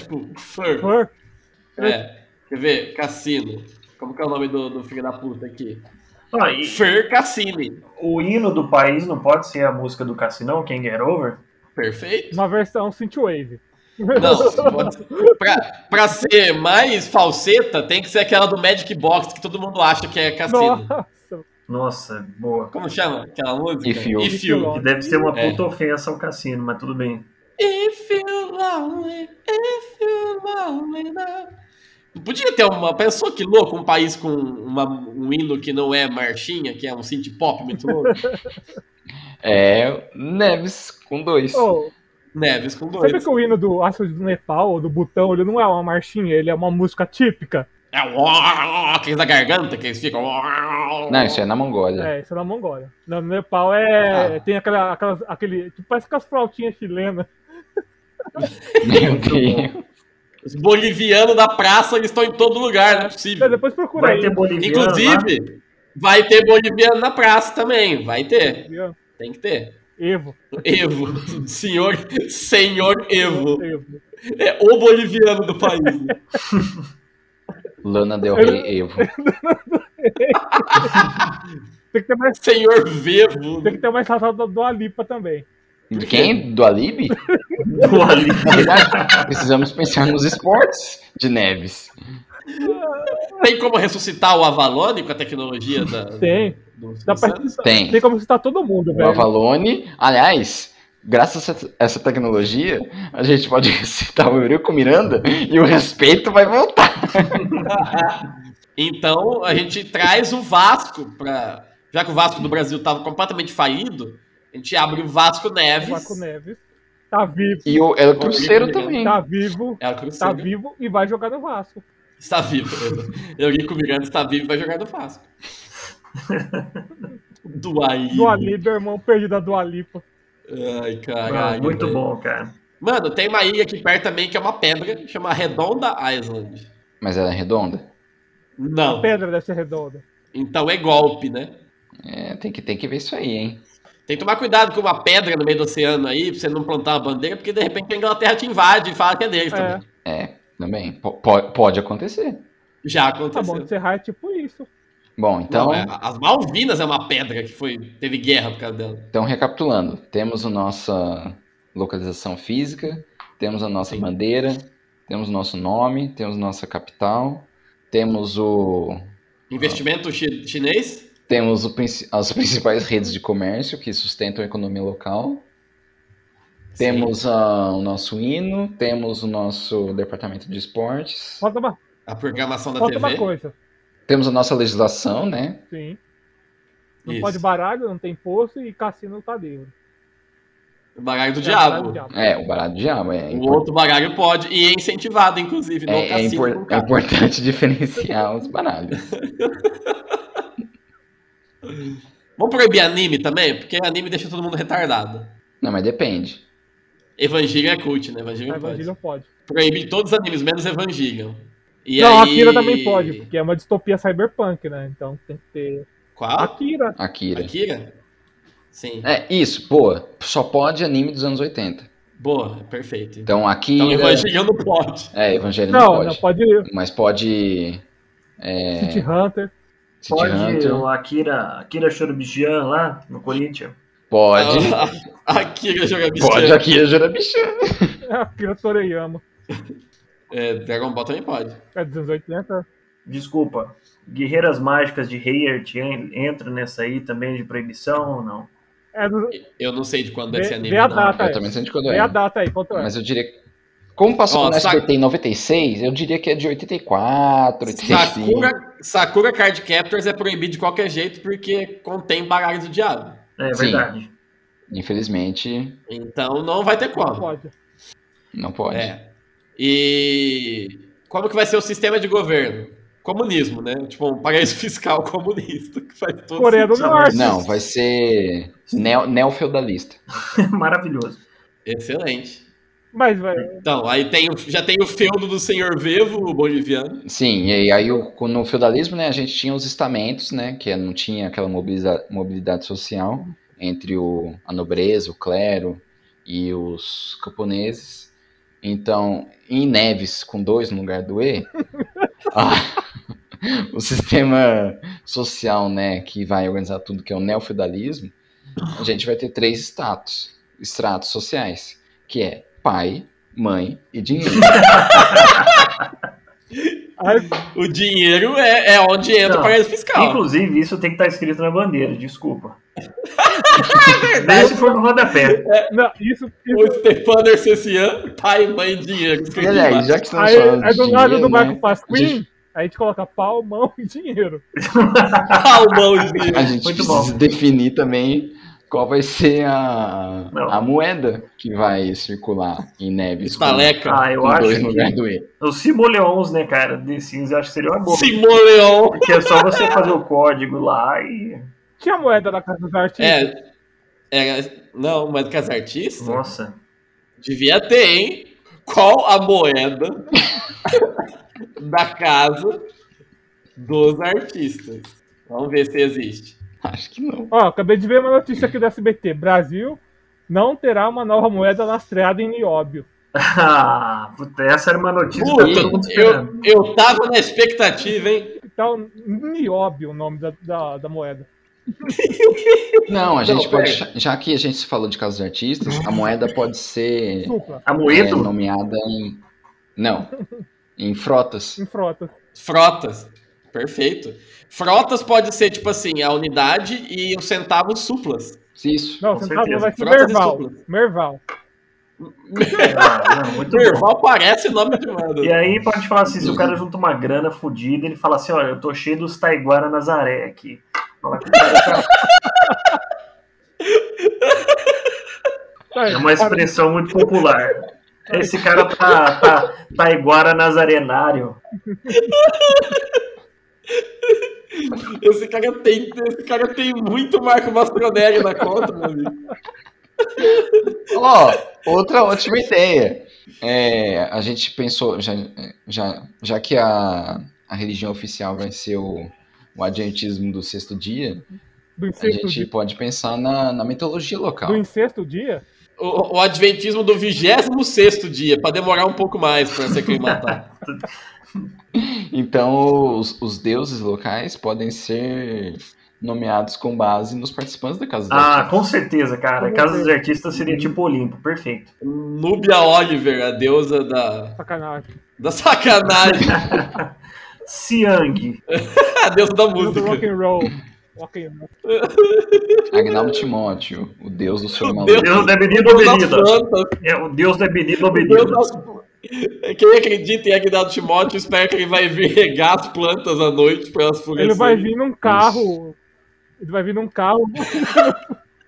Tipo, Fer. Por... É. Quer ver? Cassino. Como que é o nome do, do filho da puta aqui? Ah, e Fer Cassini. o hino do país não pode ser a música do cassinão, Quem Get Over? Perfeito. Uma versão synthwave. Não, pode- pra, pra ser mais falseta, tem que ser aquela do Magic Box que todo mundo acha que é cassino. Nossa. Nossa, boa. Como chama aquela música? If you- If you. Que deve ser uma É. puta ofensa ao cassino, mas tudo bem. If you lonely, if you lonely now. Podia ter uma pessoa que louco, um país com uma- um hino que não é marchinha, que é um synth pop muito louco. É Neves com dois. Ô, Neves com dois. sabe que o hino do Astro do Nepal ou do Butão, ele não é uma marchinha, ele é uma música típica? É o ó, aqueles da garganta que eles ficam. ó. Não, isso é na Mongólia. É, isso é na Mongólia. No Nepal é. Tem aquela, aquelas- aquele. Tipo, parece aquelas flautinhas chilenas. Meu Deus. é- Os bolivianos da praça eles estão em todo lugar, não é É, né? possível. depois procura Vai aí. ter boliviano lá? Inclusive, vai ter boliviano na praça também. Vai ter. viu? Tem que ter. Evo. Evo. Senhor, senhor Evo. Evo. É o boliviano do país. né? Lana Del Rey Evo. Tem que ter mais, Senhor Vevo. tem que ter mais razão do, do Alipa também. Quem? Do Alibi? Do Ali. Na verdade, precisamos pensar nos esportes de Neves. Tem como ressuscitar o Avalone com a tecnologia da. Tem. do- do Dá pra Santos? Tem. Tem como citar todo mundo, O velho. Avalone. Aliás, graças a essa- essa tecnologia, a gente pode citar o Eurico Miranda e o respeito vai voltar. Então a gente traz o Vasco para. Já que o Vasco do Brasil estava completamente falido, a gente abre o Vasco Neves. Marco Neves. Tá vivo, E o El Cruzeiro também. tá vivo, É o Cruzeiro. tá vivo e vai jogar no Vasco. Está vivo. Eurico Miranda está vivo e vai jogar no Vasco. Do aí. Do Alipa, irmão, perdida do Alipa. Ai, Ah, caralho. muito velho. bom, cara. Mano, tem uma ilha aqui perto também que é uma pedra, chama Redonda Island. Mas ela é redonda? Não. Pedra deve ser redonda. Então é golpe, né? É, tem que, tem que ver isso aí, hein? Tem que tomar cuidado com uma pedra no meio do oceano aí, pra você não plantar uma bandeira, porque de repente a Inglaterra te invade e fala que é deles É. também. É, também. Po- po- pode acontecer. Já Tá bom, aconteceu. de Serrar é tipo isso. Bom, então, Não, é, as Malvinas é uma pedra que foi teve guerra por causa dela. então recapitulando. Temos a nossa localização física, temos a nossa Sim. bandeira, temos o nosso nome, temos nossa capital, temos o Investimento chi- chinês? Temos o princi- as principais redes de comércio que sustentam a economia local. Temos ah, o nosso hino, temos o nosso departamento de esportes, Falta uma, A programação da falta TV. uma coisa. temos a nossa legislação, né? Sim. Não Isso. pode baralho, não tem posto e cassino tá livre. O baralho do É, baralho diabo. do diabo. É, o barato diabo é, O impor- outro baralho pode. E é incentivado, inclusive, no é, é cassino impor- com K. é importante diferenciar os baralhos. é- Vamos proibir anime também? Porque anime deixa todo mundo retardado. Não, mas depende. Evangelho é cult, né? Evangelho A pode. Evangelho pode. Proibir todos os animes, menos Evangelho. E não, aí... Akira também pode, porque é uma distopia cyberpunk, né? Então tem que ter. Qual? Akira. Akira. Akira? Sim. É, isso, boa. Só pode anime dos anos 80. Boa, perfeito. Então, Então, Akira. Evangelho não pode. É, Evangelho não, Não, pode. não pode. Mas pode. É, City Hunter. City Pode Hunter. o Akira, Akira Chorubichian lá no Corinthians. Pode. Ah, Akira joga bicho. Pode aqui, eu juro bichão. É, Akira Toriyama. É, Dragon Ball também pode. É dos anos 80. Desculpa. Guerreiras Mágicas de Heiert en- entra nessa aí também de proibição ou não? É dos... Eu não sei de quando é Vê- esse anime. vê a não. data. Eu também senti quando Vê a era. data aí, quanto é? Mas eu diria. Como passou Ó, no Sa- SBT em 96, eu diria que é de 84, 85. Sakura, Sakura Card Captors é proibido de qualquer jeito porque contém baralho do diabo. É Sim. verdade. Infelizmente, Então não vai ter Não como. pode. não pode. É. E como que vai ser o sistema de governo? Comunismo, né? Tipo, um paraíso fiscal comunista que faz todo Coreia do sentido. Norte. Não, vai ser neo- neofeudalista. Maravilhoso. Excelente. Mas, velho, Então, aí tem, o- já tem o feudo do senhor Vevo, o boliviano. Sim, e aí o- no feudalismo, né, a gente tinha os estamentos, né, que não tinha aquela mobiliza- mobilidade social entre o, a nobreza, o clero e os camponeses. Então, em Neves, com dois no lugar do E, a- o sistema social, né, que vai organizar tudo, que é o neofeudalismo, a gente vai ter três status, estratos sociais, que é pai, mãe e dinheiro. O dinheiro é, é onde entra Não. o paraíso fiscal. Inclusive, isso tem que estar escrito na bandeira, desculpa. é Daí se for no rodapé. Não, isso. O tá isso Stefano Ercecian, pai, mãe, dinheiro. E escrito aliás, embaixo. já que estamos aí, falando aí de do lado dinheiro, do Marco né, Pasquim, a gente coloca pau, mão e dinheiro. Palmão de dinheiro. a gente Muito precisa bom. definir também qual vai ser a, Não. a moeda que vai circular em Neves. Estaleca. Ah, com, eu com acho dois no que lugar do E. os simoleons, né, cara, de cinza, eu acho que seria uma boa. Simoleon. Porque é só você fazer o código lá e. Tinha moeda na casa dos artistas. É. Era, não, mas com as artistas? Nossa. Devia ter, hein? Qual a moeda da casa dos artistas? Vamos ver se existe. Acho que não. Ó, acabei de ver uma notícia aqui do SBT. Brasil não terá uma nova moeda lastreada em Nióbio. Ah, puta, essa era uma notícia que tá todo mundo Puta, esperando. eu, eu tava na expectativa, hein? Então, Nióbio é o nome da, da, da moeda. Não, a gente Não, pode. Já que a gente se falou de casos de artistas, a moeda pode ser Supla, A é, Moedo? nomeada em. Não. Em frotas. em frota. Frotas. Perfeito. Frotas pode ser, tipo assim, a unidade e os centavos suplas. Isso. Não, Com você não sabe, certeza. vai ser Frotas e Merval. suplas. Merval. Ah, não, muito bom. Merval parece nome de moeda. E aí pode falar assim, se o cara junta uma grana fodida, ele fala assim, olha, eu tô cheio dos Taiguara Nazaré aqui. Fala que o cara tá- Tá, É uma expressão muito popular. Esse cara tá, tá Taiguara Nazarenário. Esse cara tem, esse cara tem muito Marco Mastronelli na conta, meu amigo. Ó, outra ótima ideia. É, a gente pensou, já, já, já que a, a religião oficial vai ser o, o adiantismo do sexto dia, Do a incesto, gente dia- pode pensar na, na mitologia local. do incesto dia? O, o adventismo do 26 dia, pra demorar um pouco mais pra se aclimatar. Então, os, os deuses locais podem ser nomeados com base nos participantes da casa da Ah, com certeza, cara. Casa dos Artistas seria tipo Olimpo, perfeito. Núbia Oliver, a deusa da, Sacanagem. da sacanagem, Siang. a deusa da Do rock música. and roll. Rock and roll. Agnaldo Timóteo, o deus do O seu maluco. deus- Deus da bebida Deus das obedida. plantas, É o Deus da bebida deus obedida. das... Quem acredita em Agnaldo Timóteo espera que ele vai vir regar as plantas à noite pra elas florescerem. Ele vai vir num carro. Ele vai vir num carro.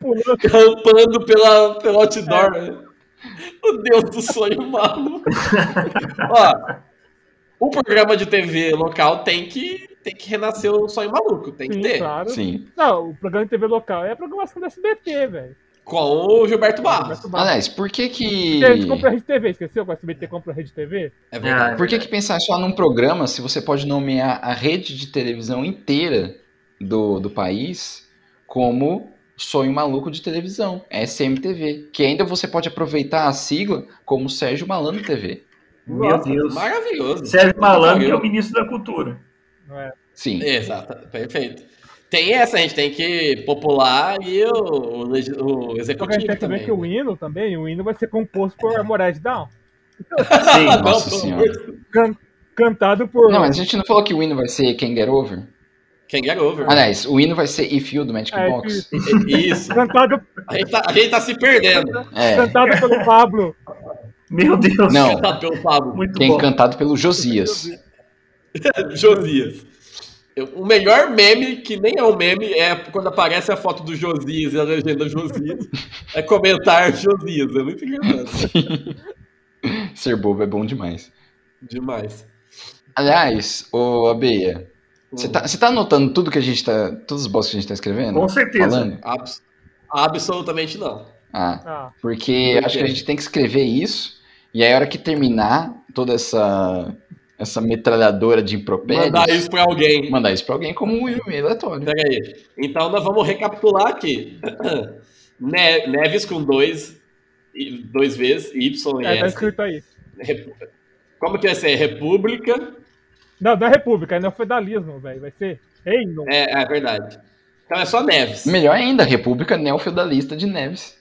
pulando. Campando pela, pelo outdoor. né? É. O Deus do sonho maluco. Ó, o programa de TV local tem que, tem que renascer o sonho maluco. Tem que Sim, ter. assim, claro. Sim. Não, o programa de TV local é a programação do SBT, velho. Com o Gilberto Barros. Roberto Barros. Aliás, por que que... Porque a gente compra a Rede TV, esqueceu que o SBT compra a Rede TV? É verdade. Por que, que pensar só num programa se você pode nomear a rede de televisão inteira do, do país como Sonho Maluco de Televisão, SMTV, que ainda você pode aproveitar a sigla como Sérgio Malandro TV. Meu Nossa, Deus. Maravilhoso. Sérgio Malandro que é o Maravilhoso. ministro da cultura. Não é? Sim, Exato, perfeito. Tem essa, a gente tem que popular e o, o, legis- o Porque a gente executivo tem que também. ver que né? o hino também, o hino vai ser composto por Moraes Down. Ah, Sim. não, Nossa pelo Senhora. amor de Deus. Can- cantado por. Não, mas a gente não falou que o hino vai ser Can Get Over? Can get over. Aliás, o hino vai ser If You do Magic É, Box. Isso. Cantado, A gente, tá, a gente tá se perdendo. É, cantado pelo Pablo. Meu Deus. Não. Tá pelo Pablo. Muito tem bom. cantado pelo Josias. Josias. Eu- O melhor meme, que nem é um meme, é quando aparece a foto do Josias e a legenda Josias. É comentar Josias. É muito engraçado. Ser bobo é bom demais. Demais. Aliás, ô Abeia, você tá, você tá anotando tudo que a gente tá. Todos os boss que a gente tá escrevendo? Com certeza. Falando? Abs- absolutamente não. Ah. Ah, Porque Por acho que quê? a gente tem que escrever isso, e aí a hora que terminar toda essa, essa metralhadora de impropérios, Mandar isso pra alguém. mandar isso pra alguém como um e-mail aleatório. Pera aí. Então nós vamos recapitular aqui. Ne- Neves com dois, e- dois vezes, Y e é, tá S. escrito aí. Repu- Como que vai ser? República. Não, da República, é neofeudalismo, velho. Vai ser reino. É, é verdade. Então é só Neves. Melhor ainda, República Neofeudalista de Neves.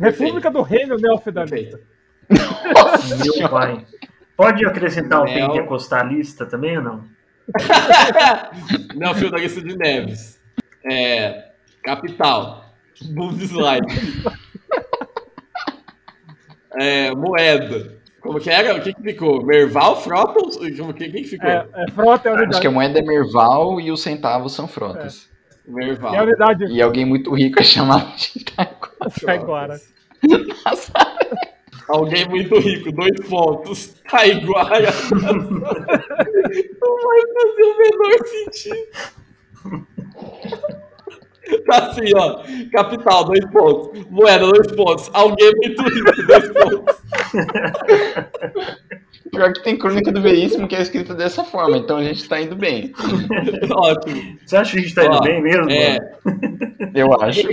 República do Reino Neofeudalismo. Perfeito. Nossa Meu senhora. pai. Pode acrescentar um Mel. pentecostalista também ou não? Não, Fiorista de Neves. É. Capital. Bundesliga. É, moeda. Como que era? O que, que ficou? Merval, Frota? Como que, quem que ficou? É, é frota é a Acho que unidade. a moeda é Merval e os centavos são frotas. É a Merval. unidade E alguém muito rico é chamado de Taiko. sai agora. Alguém muito rico, dois pontos. Taiguara. Não vai fazer o menor sentido. Tá assim, ó. Capital, dois pontos. Moeda, dois pontos. Alguém muito rico, dois pontos. Pior que tem crônica do Veríssimo que é escrita dessa forma, então a gente tá indo bem. Ótimo. Você acha que a gente tá indo Ó, bem mesmo? É, Eu acho.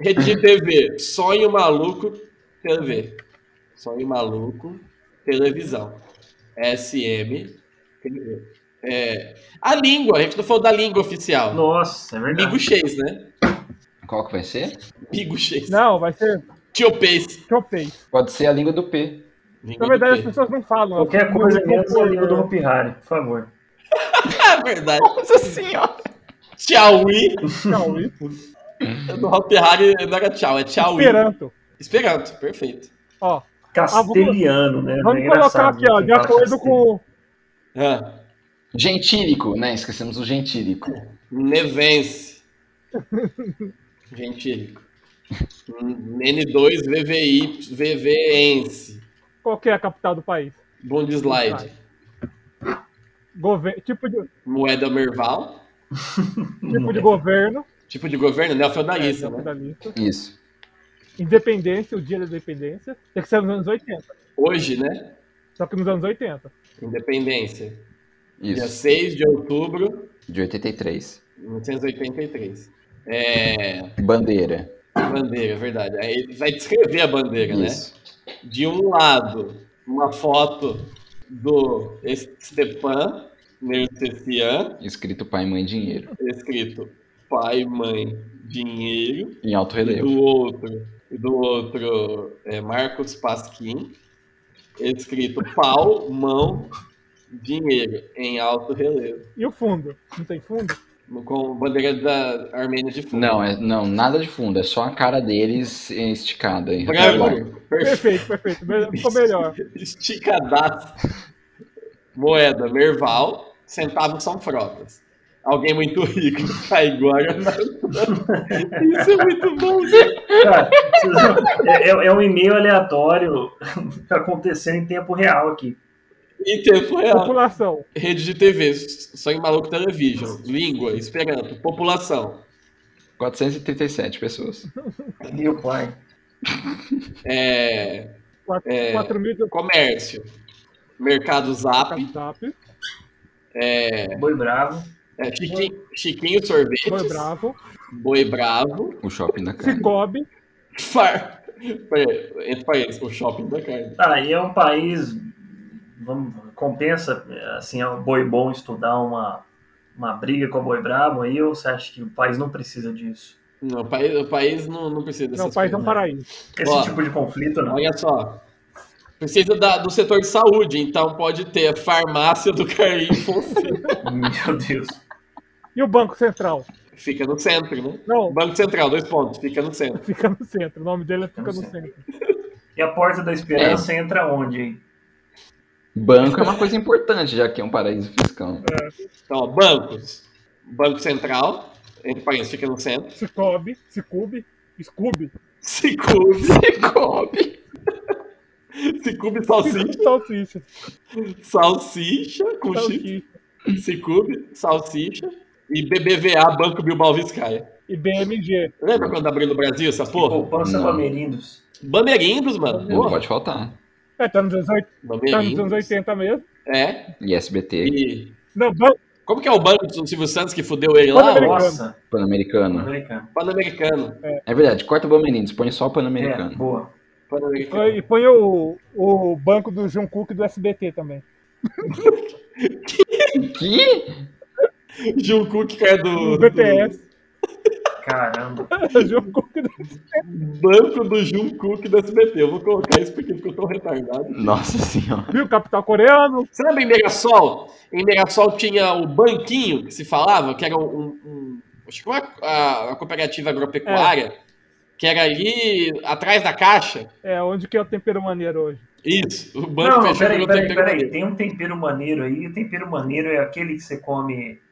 Rede TV. Sonho maluco, TV. Sonho maluco, televisão. SM, TV. É, a língua, a gente não falou da língua oficial. Nossa, é verdade. Bigo Chase, né? Qual que vai ser? Bigo Chase. Não, vai ser Tio Pace. chopei. Pode ser a língua do P. Na verdade, as pessoas não falam. Qualquer Eu- coisa eu- menos a eu- língua do Hopi Hari, por favor. É verdade. Nossa senhora. Tchauí. Não, isso, No Hop Hari não era tchau, é tchauí. Esperanto. Esperanto, perfeito. Ó, Castelhano, né? Ah, vamos É colocar engraçado, aqui, ó, né, de quem fala acordo com. Ah, Gentílico, né? Esquecemos o gentílico. Nevense. Gente. N2 VVI VVense. Qual que é a capital do país? Bond slide. Gover... Tipo, de, Moeda Merval. tipo de governo. Tipo de governo, É, neofeudalista, Uhum. né? capitalista. Isso. Independência, o dia da independência. Tem que ser nos anos 80. Hoje, né? Só que nos anos 80. Independência. Dia Isso. 6 de outubro De 83. de 1983. É. Bandeira. Bandeira, é verdade. Aí ele vai descrever a bandeira, Isso. né? De um lado, uma foto do Stepan Nercessian, Escrito pai, mãe, dinheiro. Tá escrito pai, mãe, dinheiro. Em alto E relevo. do outro, e do outro é Marcos Pasquim, escrito pau, mão, dinheiro, em alto relevo. E o fundo? Não tem fundo? Com bandeira da Armênia de fundo. Não, é, não, nada de fundo. É só a cara deles esticada. Então, Em retangular. Branco, perfeito. Perfeito, perfeito. Melhor- Ficou melhor. Esticadaço. Moeda, Merval, centavos são frotas. Alguém muito rico, tá Caiguara. Isso é muito bom, gente. Cara, é, é- é um e-mail aleatório acontecendo em tempo real aqui. Em tempo real. População. Rede de TV, Sonho Maluco Television, Língua, Esperanto, População, 437 pessoas. Meu pai. é, Quatro- É. 4 mil do Comércio, Mercado Zap, WhatsApp. Boi bravo. é, Chiquinho, Chiquinho Sorvetes, Foi bravo. Boi Bravo, O shopping da carne. Cicobi. Far... Peraí, Entre parênteses, o Shopping da Carne. Ah, e é um país. Vamos, compensa, assim, é um boi bom estudar uma, uma briga com o boi bravo aí, ou você acha que o país não precisa disso? Não, o país, o país não, não precisa dessas Não, país é um coisas. paraíso. Esse Ó. tipo de conflito não. Olha só. Precisa da- do setor de saúde, então pode ter a farmácia do Carlinhos Fonseca. Meu Deus. E o Banco Central? Fica no centro, né? Não, Banco Central, dois pontos, fica no centro. fica no centro. O nome dele é Fica no Não sei. Centro. E a porta da esperança entra onde, hein? Banco é uma coisa importante, já que é um paraíso fiscal. Então, ó, bancos. Banco Central, entre parênteses, fica no centro. Cicobi, Cicube, Scooby. Cicube. Cicube. Cicube salsicha. Salsicha. Salsicha com X. Salsicha. Cicube, salsicha. E BBVA, Banco Bilbao Vizcaya. E BMG. Lembra quando abriu no Brasil essa porra? Poupança Não. Bamerindos. Bandeirinhos, mano. Não Porra, pode faltar. É, tá nos anos oit- tá nos anos Bandeirinhos. 80 mesmo. É, E SBT, E Não, banco, como que é o banco do Silvio Santos que fudeu ele lá? Pan-Americano. Nossa, Pan-Americano. americano. O Pan-Americano. É verdade, corta o Bamerindos, põe só o É, Pan-Americano. boa. e Pan-Americano. põe o, o banco do Jungkook e do SBT também. Que? Jungkook, que é do... BTS. Caramba. Jungkook Banco do Jungkook do SBT. Eu vou colocar isso porque ficou tão retardado. Nossa senhora. Viu? Capital coreano. Você lembra em Megasol? Em Megasol tinha o banquinho que se falava, que era um. um- acho que uma, a, a cooperativa agropecuária, É. que era ali atrás da caixa. É, onde que é o tempero maneiro hoje? Isso, o banco Não, fechou peraí, virou peraí, tempero peraí. maneiro. Tem um tempero maneiro aí. O tempero maneiro é aquele que você come,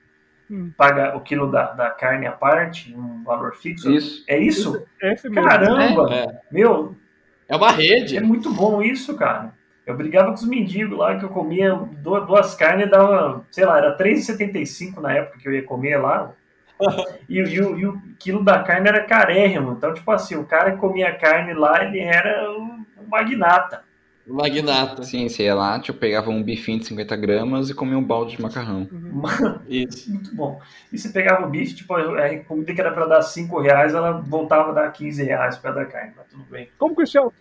Hum. paga o quilo da, da carne à parte, um valor fixo. Isso. É isso? É esse mesmo. Caramba! É. Meu, É uma rede. é muito bom isso, cara. Eu brigava com os mendigos lá que eu comia du- duas carnes e dava, sei lá, era 3,75 na época que eu ia comer lá. E, o- e o- e o quilo da carne era carérrimo. Então, tipo assim, o cara que comia carne lá, ele era um um magnata. Magnata. Sim, sei lá, eu pegava um bifinho de 50 gramas e comia um balde de macarrão. Isso. Muito bom. E você pegava o bife, tipo, a comida que era pra dar 5 reais, ela voltava a dar 15 reais pra dar carne, mas tudo bem. Como que chama?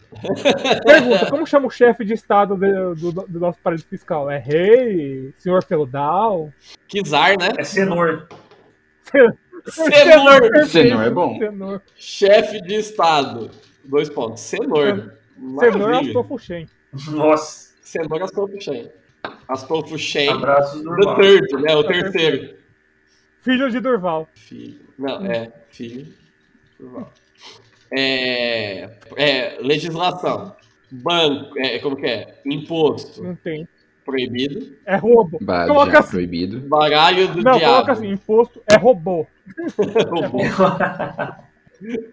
Pergunta, como chama o chefe de estado de- do, do nosso paraíso fiscal? É rei? Senhor feudal? Kizar, né? É cenoura. Senhor! Senhor é bom. Senhor. Chefe de Estado. Dois pontos. Senhor. Senhor é Maravilha. Astolfo Shen. Nossa, Senhor Astolfo Shen. Astolfo Shen. abraços do The irmão. third, né? O É o terceiro. terceiro. Filho de Durval. Filho. Não, é. Filho. É, é, legislação. Banco. É, como que é? Imposto. Não tem. Proibido. É roubo. Bah, Coloca já assim. proibido. Baralho do Não, diabo. coloca assim, imposto é robô. Robô. É robô.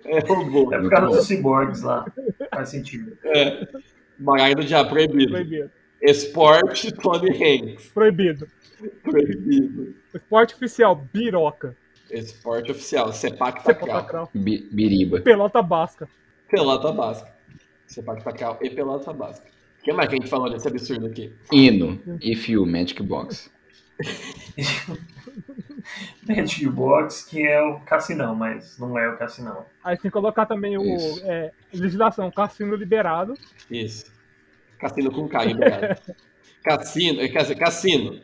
É por Muito causa bom. dos ciborgues lá. Faz sentido. É. Baralho do diabo. Proibido. Proibido. Esporte Tony Hanks. Proibido. Proibido. Esporte oficial, biroca. Esporte oficial. Sepac Pelota Tacral. crau. Bi- biriba. Pelota basca. Pelota básica. Sepac Tacral e pelota básica. O que mais que a gente falou desse absurdo aqui? Hino. E fio, Magic Box. Magic Box, que é o cassinão, mas não é o cassinão. Aí tem que colocar também o Isso. é, legislação, cassino liberado. Isso. Cassino com K liberado. Cassino, eh, quer dizer, cassino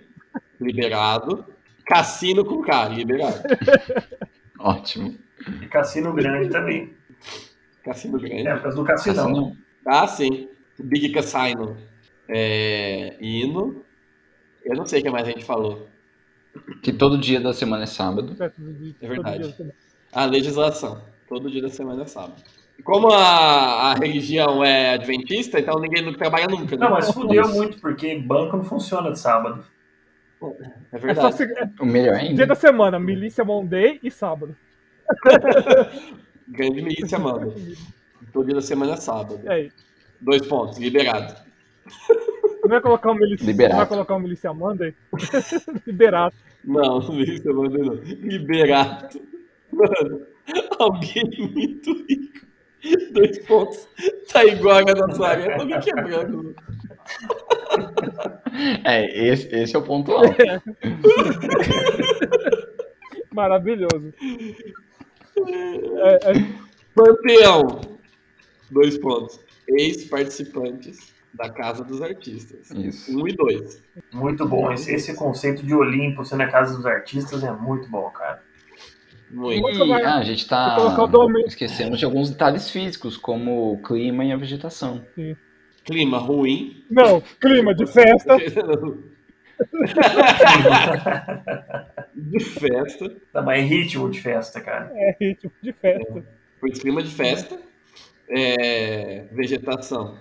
liberado. Cassino com K liberado. Ótimo. E cassino grande também. Cassino É grande. por causa do cassinão. Cassinão. Ah, sim. Big Cassino. É, hino. Eu não sei o que mais a gente falou. Que todo dia da semana é sábado. certo? De- de- É verdade. todo dia. A legislação. Todo dia da semana é sábado. E Como a, a religião é adventista, então ninguém não trabalha nunca. Né? Não, mas fudeu Isso. muito, porque banco não funciona de sábado. É É só verdade. se- é O melhor dia da ainda. semana, milícia Monday e sábado. Grande milícia manda. Todo dia da semana é sábado. É isso. Dois pontos, liberado. Não vai colocar o milícia, Liberado. não vai colocar o milícia Monday? liberado. Não, milícia manda não. Liberado. Mano, alguém muito rico. Dois pontos. Tá igual a Nazaré. Eu tô me quebrando. É, esse, esse é o ponto alto. Maravilhoso. É, é, Panteão. Dois pontos. Ex-participantes da Casa dos Artistas. Isso. Um e dois. Muito bom. Esse, esse conceito de Olimpo sendo a casa dos artistas é muito bom, cara. Muito. E, ah, a gente tá. Vou colocar o domínio. Esquecemos de alguns detalhes físicos, como o clima e a vegetação. Clima ruim. não, clima de festa. De festa. Tá, mas é ritmo de festa, cara. É ritmo de festa. Por clima de festa. É, vegetação.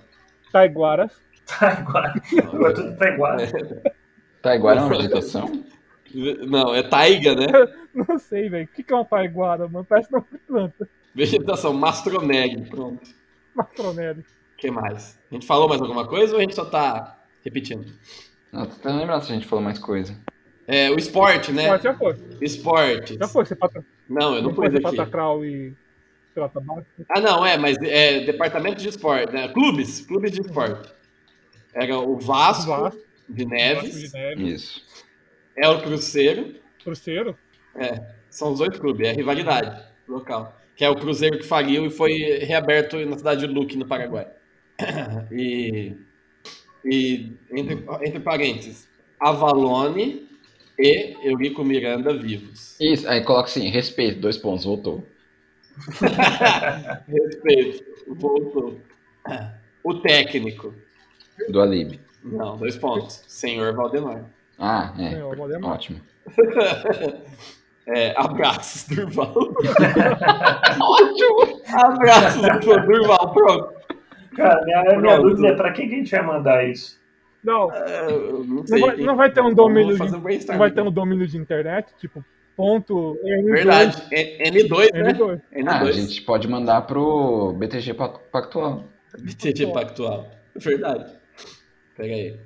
Taiguaras. Tá igual. Agora tudo tá igual. Taiguara é uma vegetação? Não, é taiga, né? Não sei, velho. O que que é uma taiguara, mano? Parece uma planta. Vegetação, mastroneg, pronto. Matronelli. O que mais? A gente falou mais alguma coisa ou a gente só tá repetindo? Não, tô tentando lembrar se a gente falou mais coisa. É, o esporte, né? Mas já foi. Esportes. Já foi. Você pata, Não, eu não pus você aqui. patacral e trata né? básica. Ah, não, é, mas é departamento de esporte, né? Clubes, clubes de esporte. Era o Vasco, Vasco. de Vasco de Neves, neve. Isso. é o Cruzeiro, Cruzeiro. são os dois clubes, é a rivalidade local. Que é o Cruzeiro que faliu e foi reaberto na cidade de Luque, no Paraguai. E, e entre, entre parênteses, Avalone e Eurico Miranda vivos. Isso, aí coloca assim, respeito, dois pontos, voltou. Respeito. Voltou. O técnico. Do Alib. Não, dois pontos. Senhor Valdemar. Ah, é. Senhor Valdemar. Ótimo. É, abraços, Durval. Ótimo! Abraços, Durval. Pronto. Cara, minha, minha Pronto. dúvida é pra quem que a gente vai mandar isso? Não, É, eu não, Não sei. vai- não vai ter um domínio Vamos fazer um brainstorm. não vai ter um domínio de internet, tipo, ponto. N2, Verdade. É- N2, né? N2. Ah, a N2. gente pode mandar pro BTG Pac- Pactual. BTG Pactual. Verdade. Pega aí.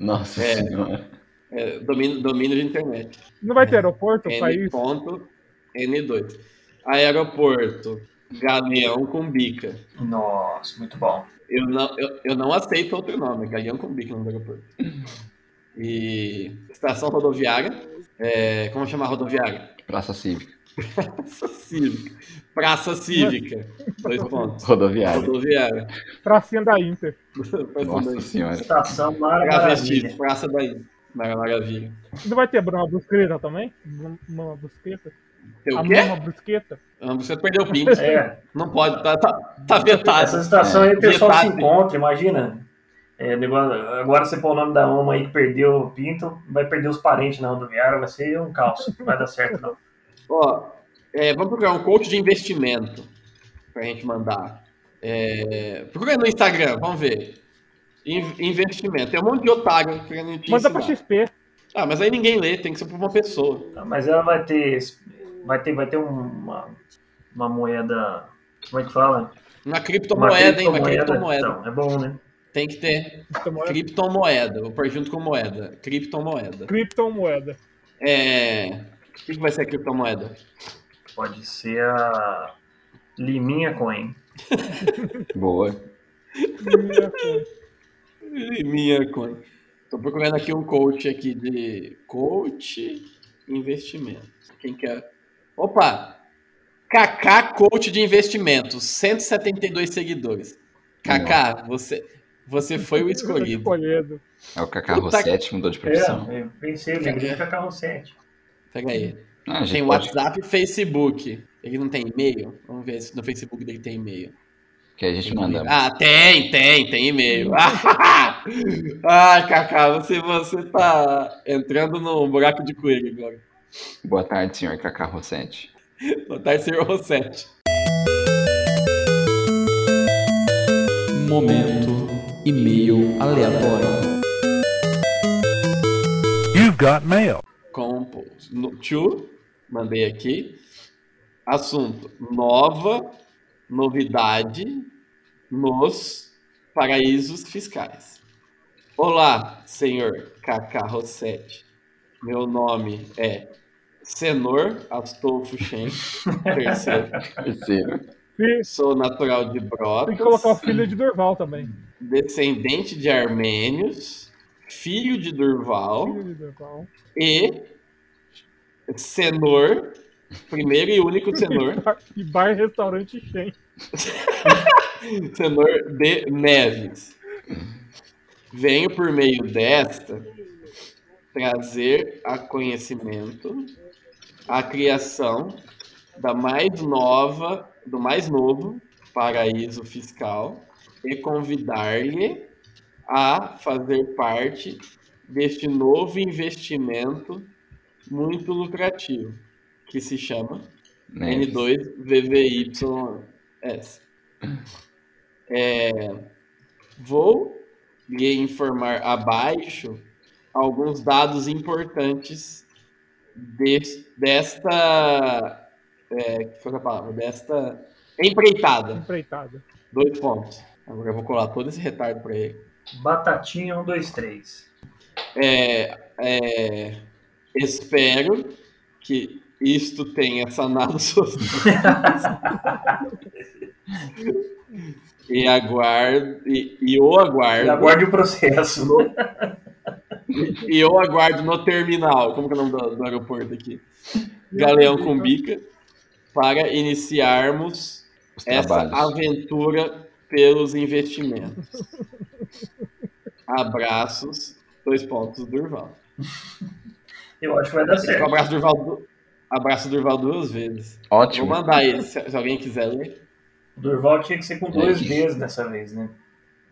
Nossa É. senhora. É, domínio, domínio de internet. Não vai ter aeroporto pra N isso? ponto, N2. Aeroporto. Galeão com bica. Nossa, muito bom. Eu não, eu, eu não aceito outro nome, Galeão com bica no aeroporto. E estação rodoviária. É, como chama a rodoviária? Praça Cívica. Praça Cívica. Praça Cívica. Dois pontos. Rodoviária. Rodoviária. Pracinha da Inter. Nossa senhora. Estação É. Travesti, maravilhosa. Praça da Mara Maravilha. Não vai ter Bruna Brusqueta também? Bru- Bruna Brusqueta? Tem A o quê? Bruna Brusqueta? Ah, Você perdeu o pinto. É, Não pode, tá, tá, tá é, essa é vetado. estação aí o pessoal se Detalhe. encontra, imagina. É, negócio- agora você põe o nome da mama aí que perdeu o pinto, vai perder os parentes na rodoviária, vai ser um caos. Não vai dar certo, não. Ó, é, vamos procurar um coach de investimento pra gente mandar. É, procura no Instagram, vamos ver. In- investimento. Tem um monte de otário querendo te Manda pra ensinar. XP. Ah, mas aí ninguém lê, tem que ser pra uma pessoa. Tá, Mas ela vai ter. Vai ter, vai ter uma, uma moeda. Como é que fala? Uma Uma criptomoeda, hein? Uma criptomoeda. Então, é bom, né? Tem que ter Criptomoeda. criptomoeda. Vou pôr junto com moeda. Criptomoeda. Criptomoeda. É. O que que vai ser a criptomoeda? Pode ser a Liminha Coin. Boa. Minha coisa. Ih, Minha coin. Tô procurando aqui um coach aqui de coach investimento. Quem quer? Opa! Kaká coach de investimentos, 172 seguidores. Kaká, você você foi o escolhido. Escolhido. É o Cacarro Puta que- 7, mudou de É, profissão. eu pensei, lembrei do Cacau 7. Pega aí. Ah, a gente Tem pode- WhatsApp e Facebook. Ele não tem e-mail? Vamos ver se no Facebook dele tem e-mail. Que a gente manda. Ah, tem, tem, tem e-mail. Ah, Kaká, você, você tá entrando no buraco de coelho agora. Boa tarde, senhor Cacarro 7. Boa tarde, senhor Rossetti. Momento e-mail aleatório. Compose. No, to, mandei aqui. Assunto: nova novidade nos paraísos fiscais. Olá, senhor Kaká Rossetti. Meu nome é Senor Astolfo Shen, terceiro. Terceiro. Se, Sou natural de tem que colocar o Brotas. filho de Durval também. descendente de armênios, filho de Durval Filho de Durval. e senor, primeiro e único senor, E bar e restaurante Shen. senor de Neves. Venho por meio desta trazer a conhecimento a criação da mais nova, do mais novo paraíso fiscal e convidar-lhe a fazer parte deste novo investimento muito lucrativo que se chama Neves. N2VVYS. É, vou lhe informar abaixo alguns dados importantes des- desta. É, que foi a palavra? Desta empreitada. Empreitada. Dois pontos. Agora eu vou colar todo esse retardo para ele. Batatinha 1, 2, 3. É, é, espero que isto tenha sanado suas dúvidas. e aguardo e, e eu aguardo Aguarde o processo. e eu aguardo no terminal como que é o nome do, do aeroporto aqui Galeão com bica para iniciarmos Os essa trabalhos. aventura pelos investimentos abraços dois pontos Durval Eu acho que vai dar Um certo. Tá abraço, Durval. Du- Abraço Durval duas vezes. Vou Ótimo. mandar ele, se, se alguém quiser ler. O Durval tinha que ser com dois Gente. Ds dessa vez, né?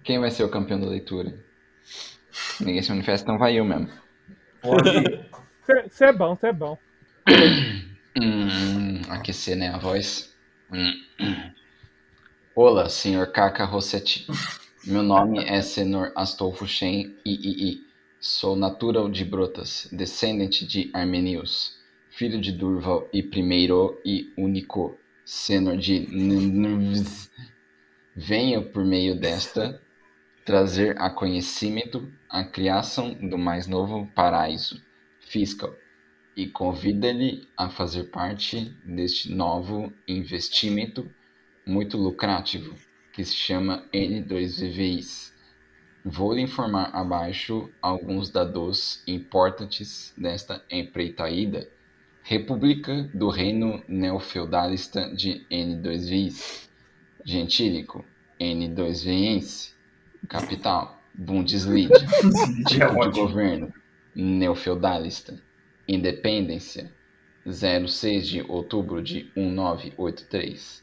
Quem vai ser o campeão da leitura? Ninguém se manifesta, então vai eu mesmo. Pode. Você é bom, você é bom. Hum, aquecer, né, a voz. Hum, hum. Olá, senhor Kaka Rossetti. Meu nome é Senhor Astolfo Shen III. Sou natural de Brotas, descendente de Armenius, filho de Durval e primeiro e único Senhor de Nunvz. Venho por meio desta trazer a conhecimento a criação do mais novo paraíso fiscal e convida-lhe a fazer parte deste novo investimento muito lucrativo que se chama N2VVIs. Vou lhe informar abaixo alguns dados importantes desta empreitaída República do Reino Neofeudalista de N2VIs, Gentílico, N2VIense, Capital, Bundeslied, É tipo de ótimo. governo, neofeudalista, independência, 06 de outubro de 1983,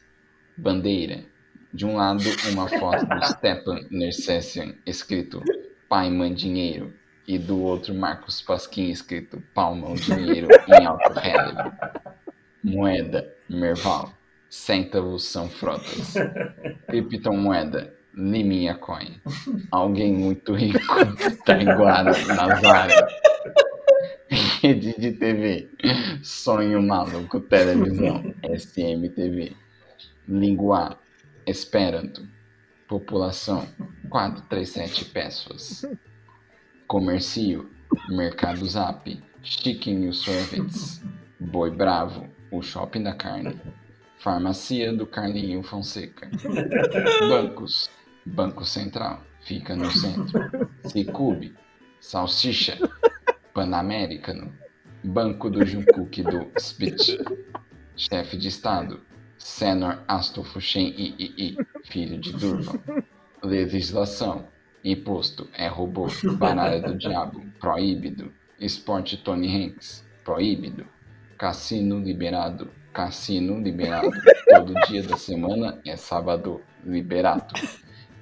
bandeira, de um lado uma foto do Stepan Nercessian escrito pai, mãe, dinheiro, e do outro Marcos Pasquim escrito pau, mão, dinheiro em alto relevo, moeda, merval, centavos são frotas, criptomoeda, Liminha Coin. Alguém muito rico tá Taiguara, Nazara. Rede de TV. Sonho Maluco Televisão. SMTV. Língua Esperanto. População 437 pessoas. Comercio Mercado Zap. Chicken News Sorvets. Boi Bravo. O Shopping da Carne. Farmacia do Carlinho Fonseca. Bancos. Banco Central, fica no centro. Cicube, Salsicha, Pan-Americano, Banco do Jucuque do Spitz, Chefe de Estado, Senor Astolfo Shen III, filho de Durval. Legislação, Imposto é robô, Baralha do Diabo, proíbido. Esporte Tony Hanks, proíbido. Cassino liberado, cassino liberado. Todo dia da semana é sábado, liberado.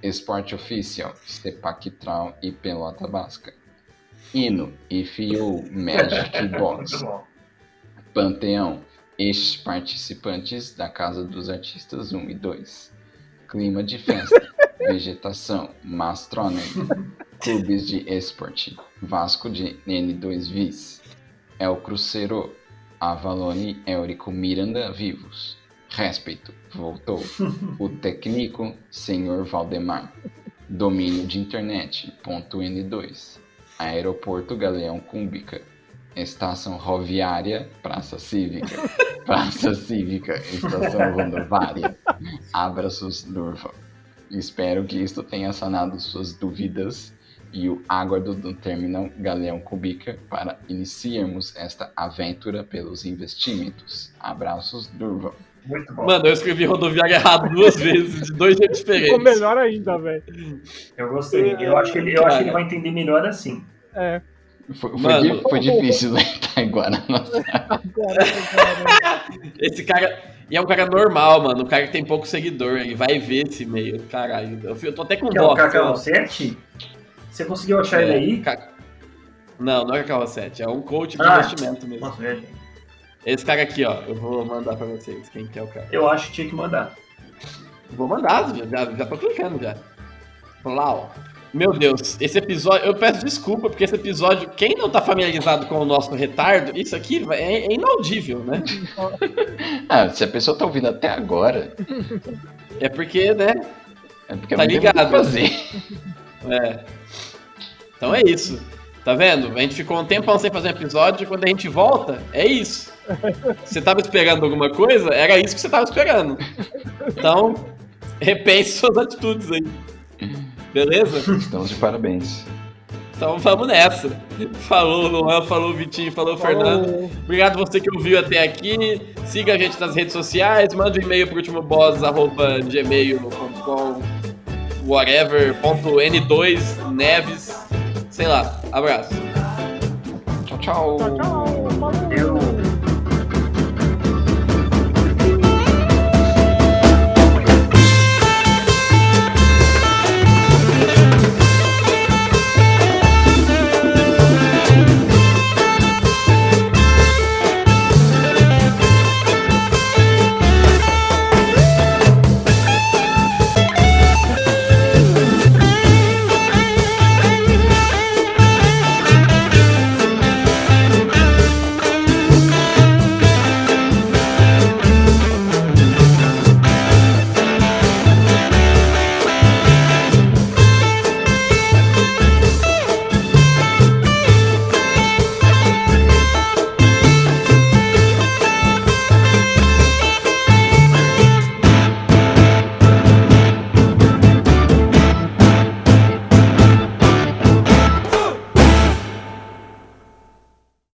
Esporte Oficial, Sepactral e Pelota Basca. Hino, IFIO, Magic Muito Box, bom. Panteão, ex-participantes da Casa dos Artistas 1 e 2. Clima de festa, vegetação, mastrônomo, clubes de esporte, Vasco de N2 Vis, El Cruzeiro, Avalone Eurico Miranda vivos. Respeito, voltou. O técnico, senhor Valdemar. Domínio de internet, ponto N2. Aeroporto Galeão Cúmbica. Estação roviária, Praça Cívica. Praça Cívica, Estação Rodoviária. Abraços, Durval. Espero que isto tenha sanado suas dúvidas e o aguardo do terminal Galeão Cubica para iniciarmos esta aventura pelos investimentos. Abraços, Durval. Muito bom. Mano, eu escrevi rodoviária errado duas vezes, de dois jeitos Ficou diferentes. melhor ainda, velho. Eu gostei. é, Eu acho que ele, eu acho que ele Cara. vai entender melhor assim. É. Foi, foi Mano. di- foi difícil leitar agora. Agora, agora. Esse cara. E é um cara normal, mano. Um cara que tem pouco seguidor. Ele vai ver esse e-mail. Caralho. Eu, fui- eu tô até com Que é o dó. É, Cacau 7? Você conseguiu achar ele aí? Ca- Não, não é Cacau 7. É um coach de Ah. investimento mesmo. Nossa, velho. Esse cara aqui, ó. Eu vou mandar pra vocês quem que é o cara. Eu acho que tinha que mandar. Vou mandar, já, já, já tô clicando já. Plau. Meu Deus, esse episódio. Eu peço desculpa, porque esse episódio, quem não tá familiarizado com o nosso retardo, isso aqui vai- é, é inaudível, né? Ah, se a pessoa tá ouvindo até agora, É porque, né? é porque Tá não tem muito o que ligado. fazer. É. Então é isso. Tá vendo? A gente ficou um tempão sem fazer episódio e quando a gente volta, é isso. Você tava esperando alguma coisa? Era isso que você tava esperando. Então, repense suas atitudes aí. Beleza? Estamos de parabéns. Então vamos nessa. Falou Luan, falou Vitinho, falou Fernando. Falou. Obrigado você que ouviu até aqui. Siga a gente nas redes sociais, manda um e-mail pro ultimoboss.gmail.com whatever, ponto N2, Neves, sei lá. Abraço. Tchau, tchau. Tchau, tchau.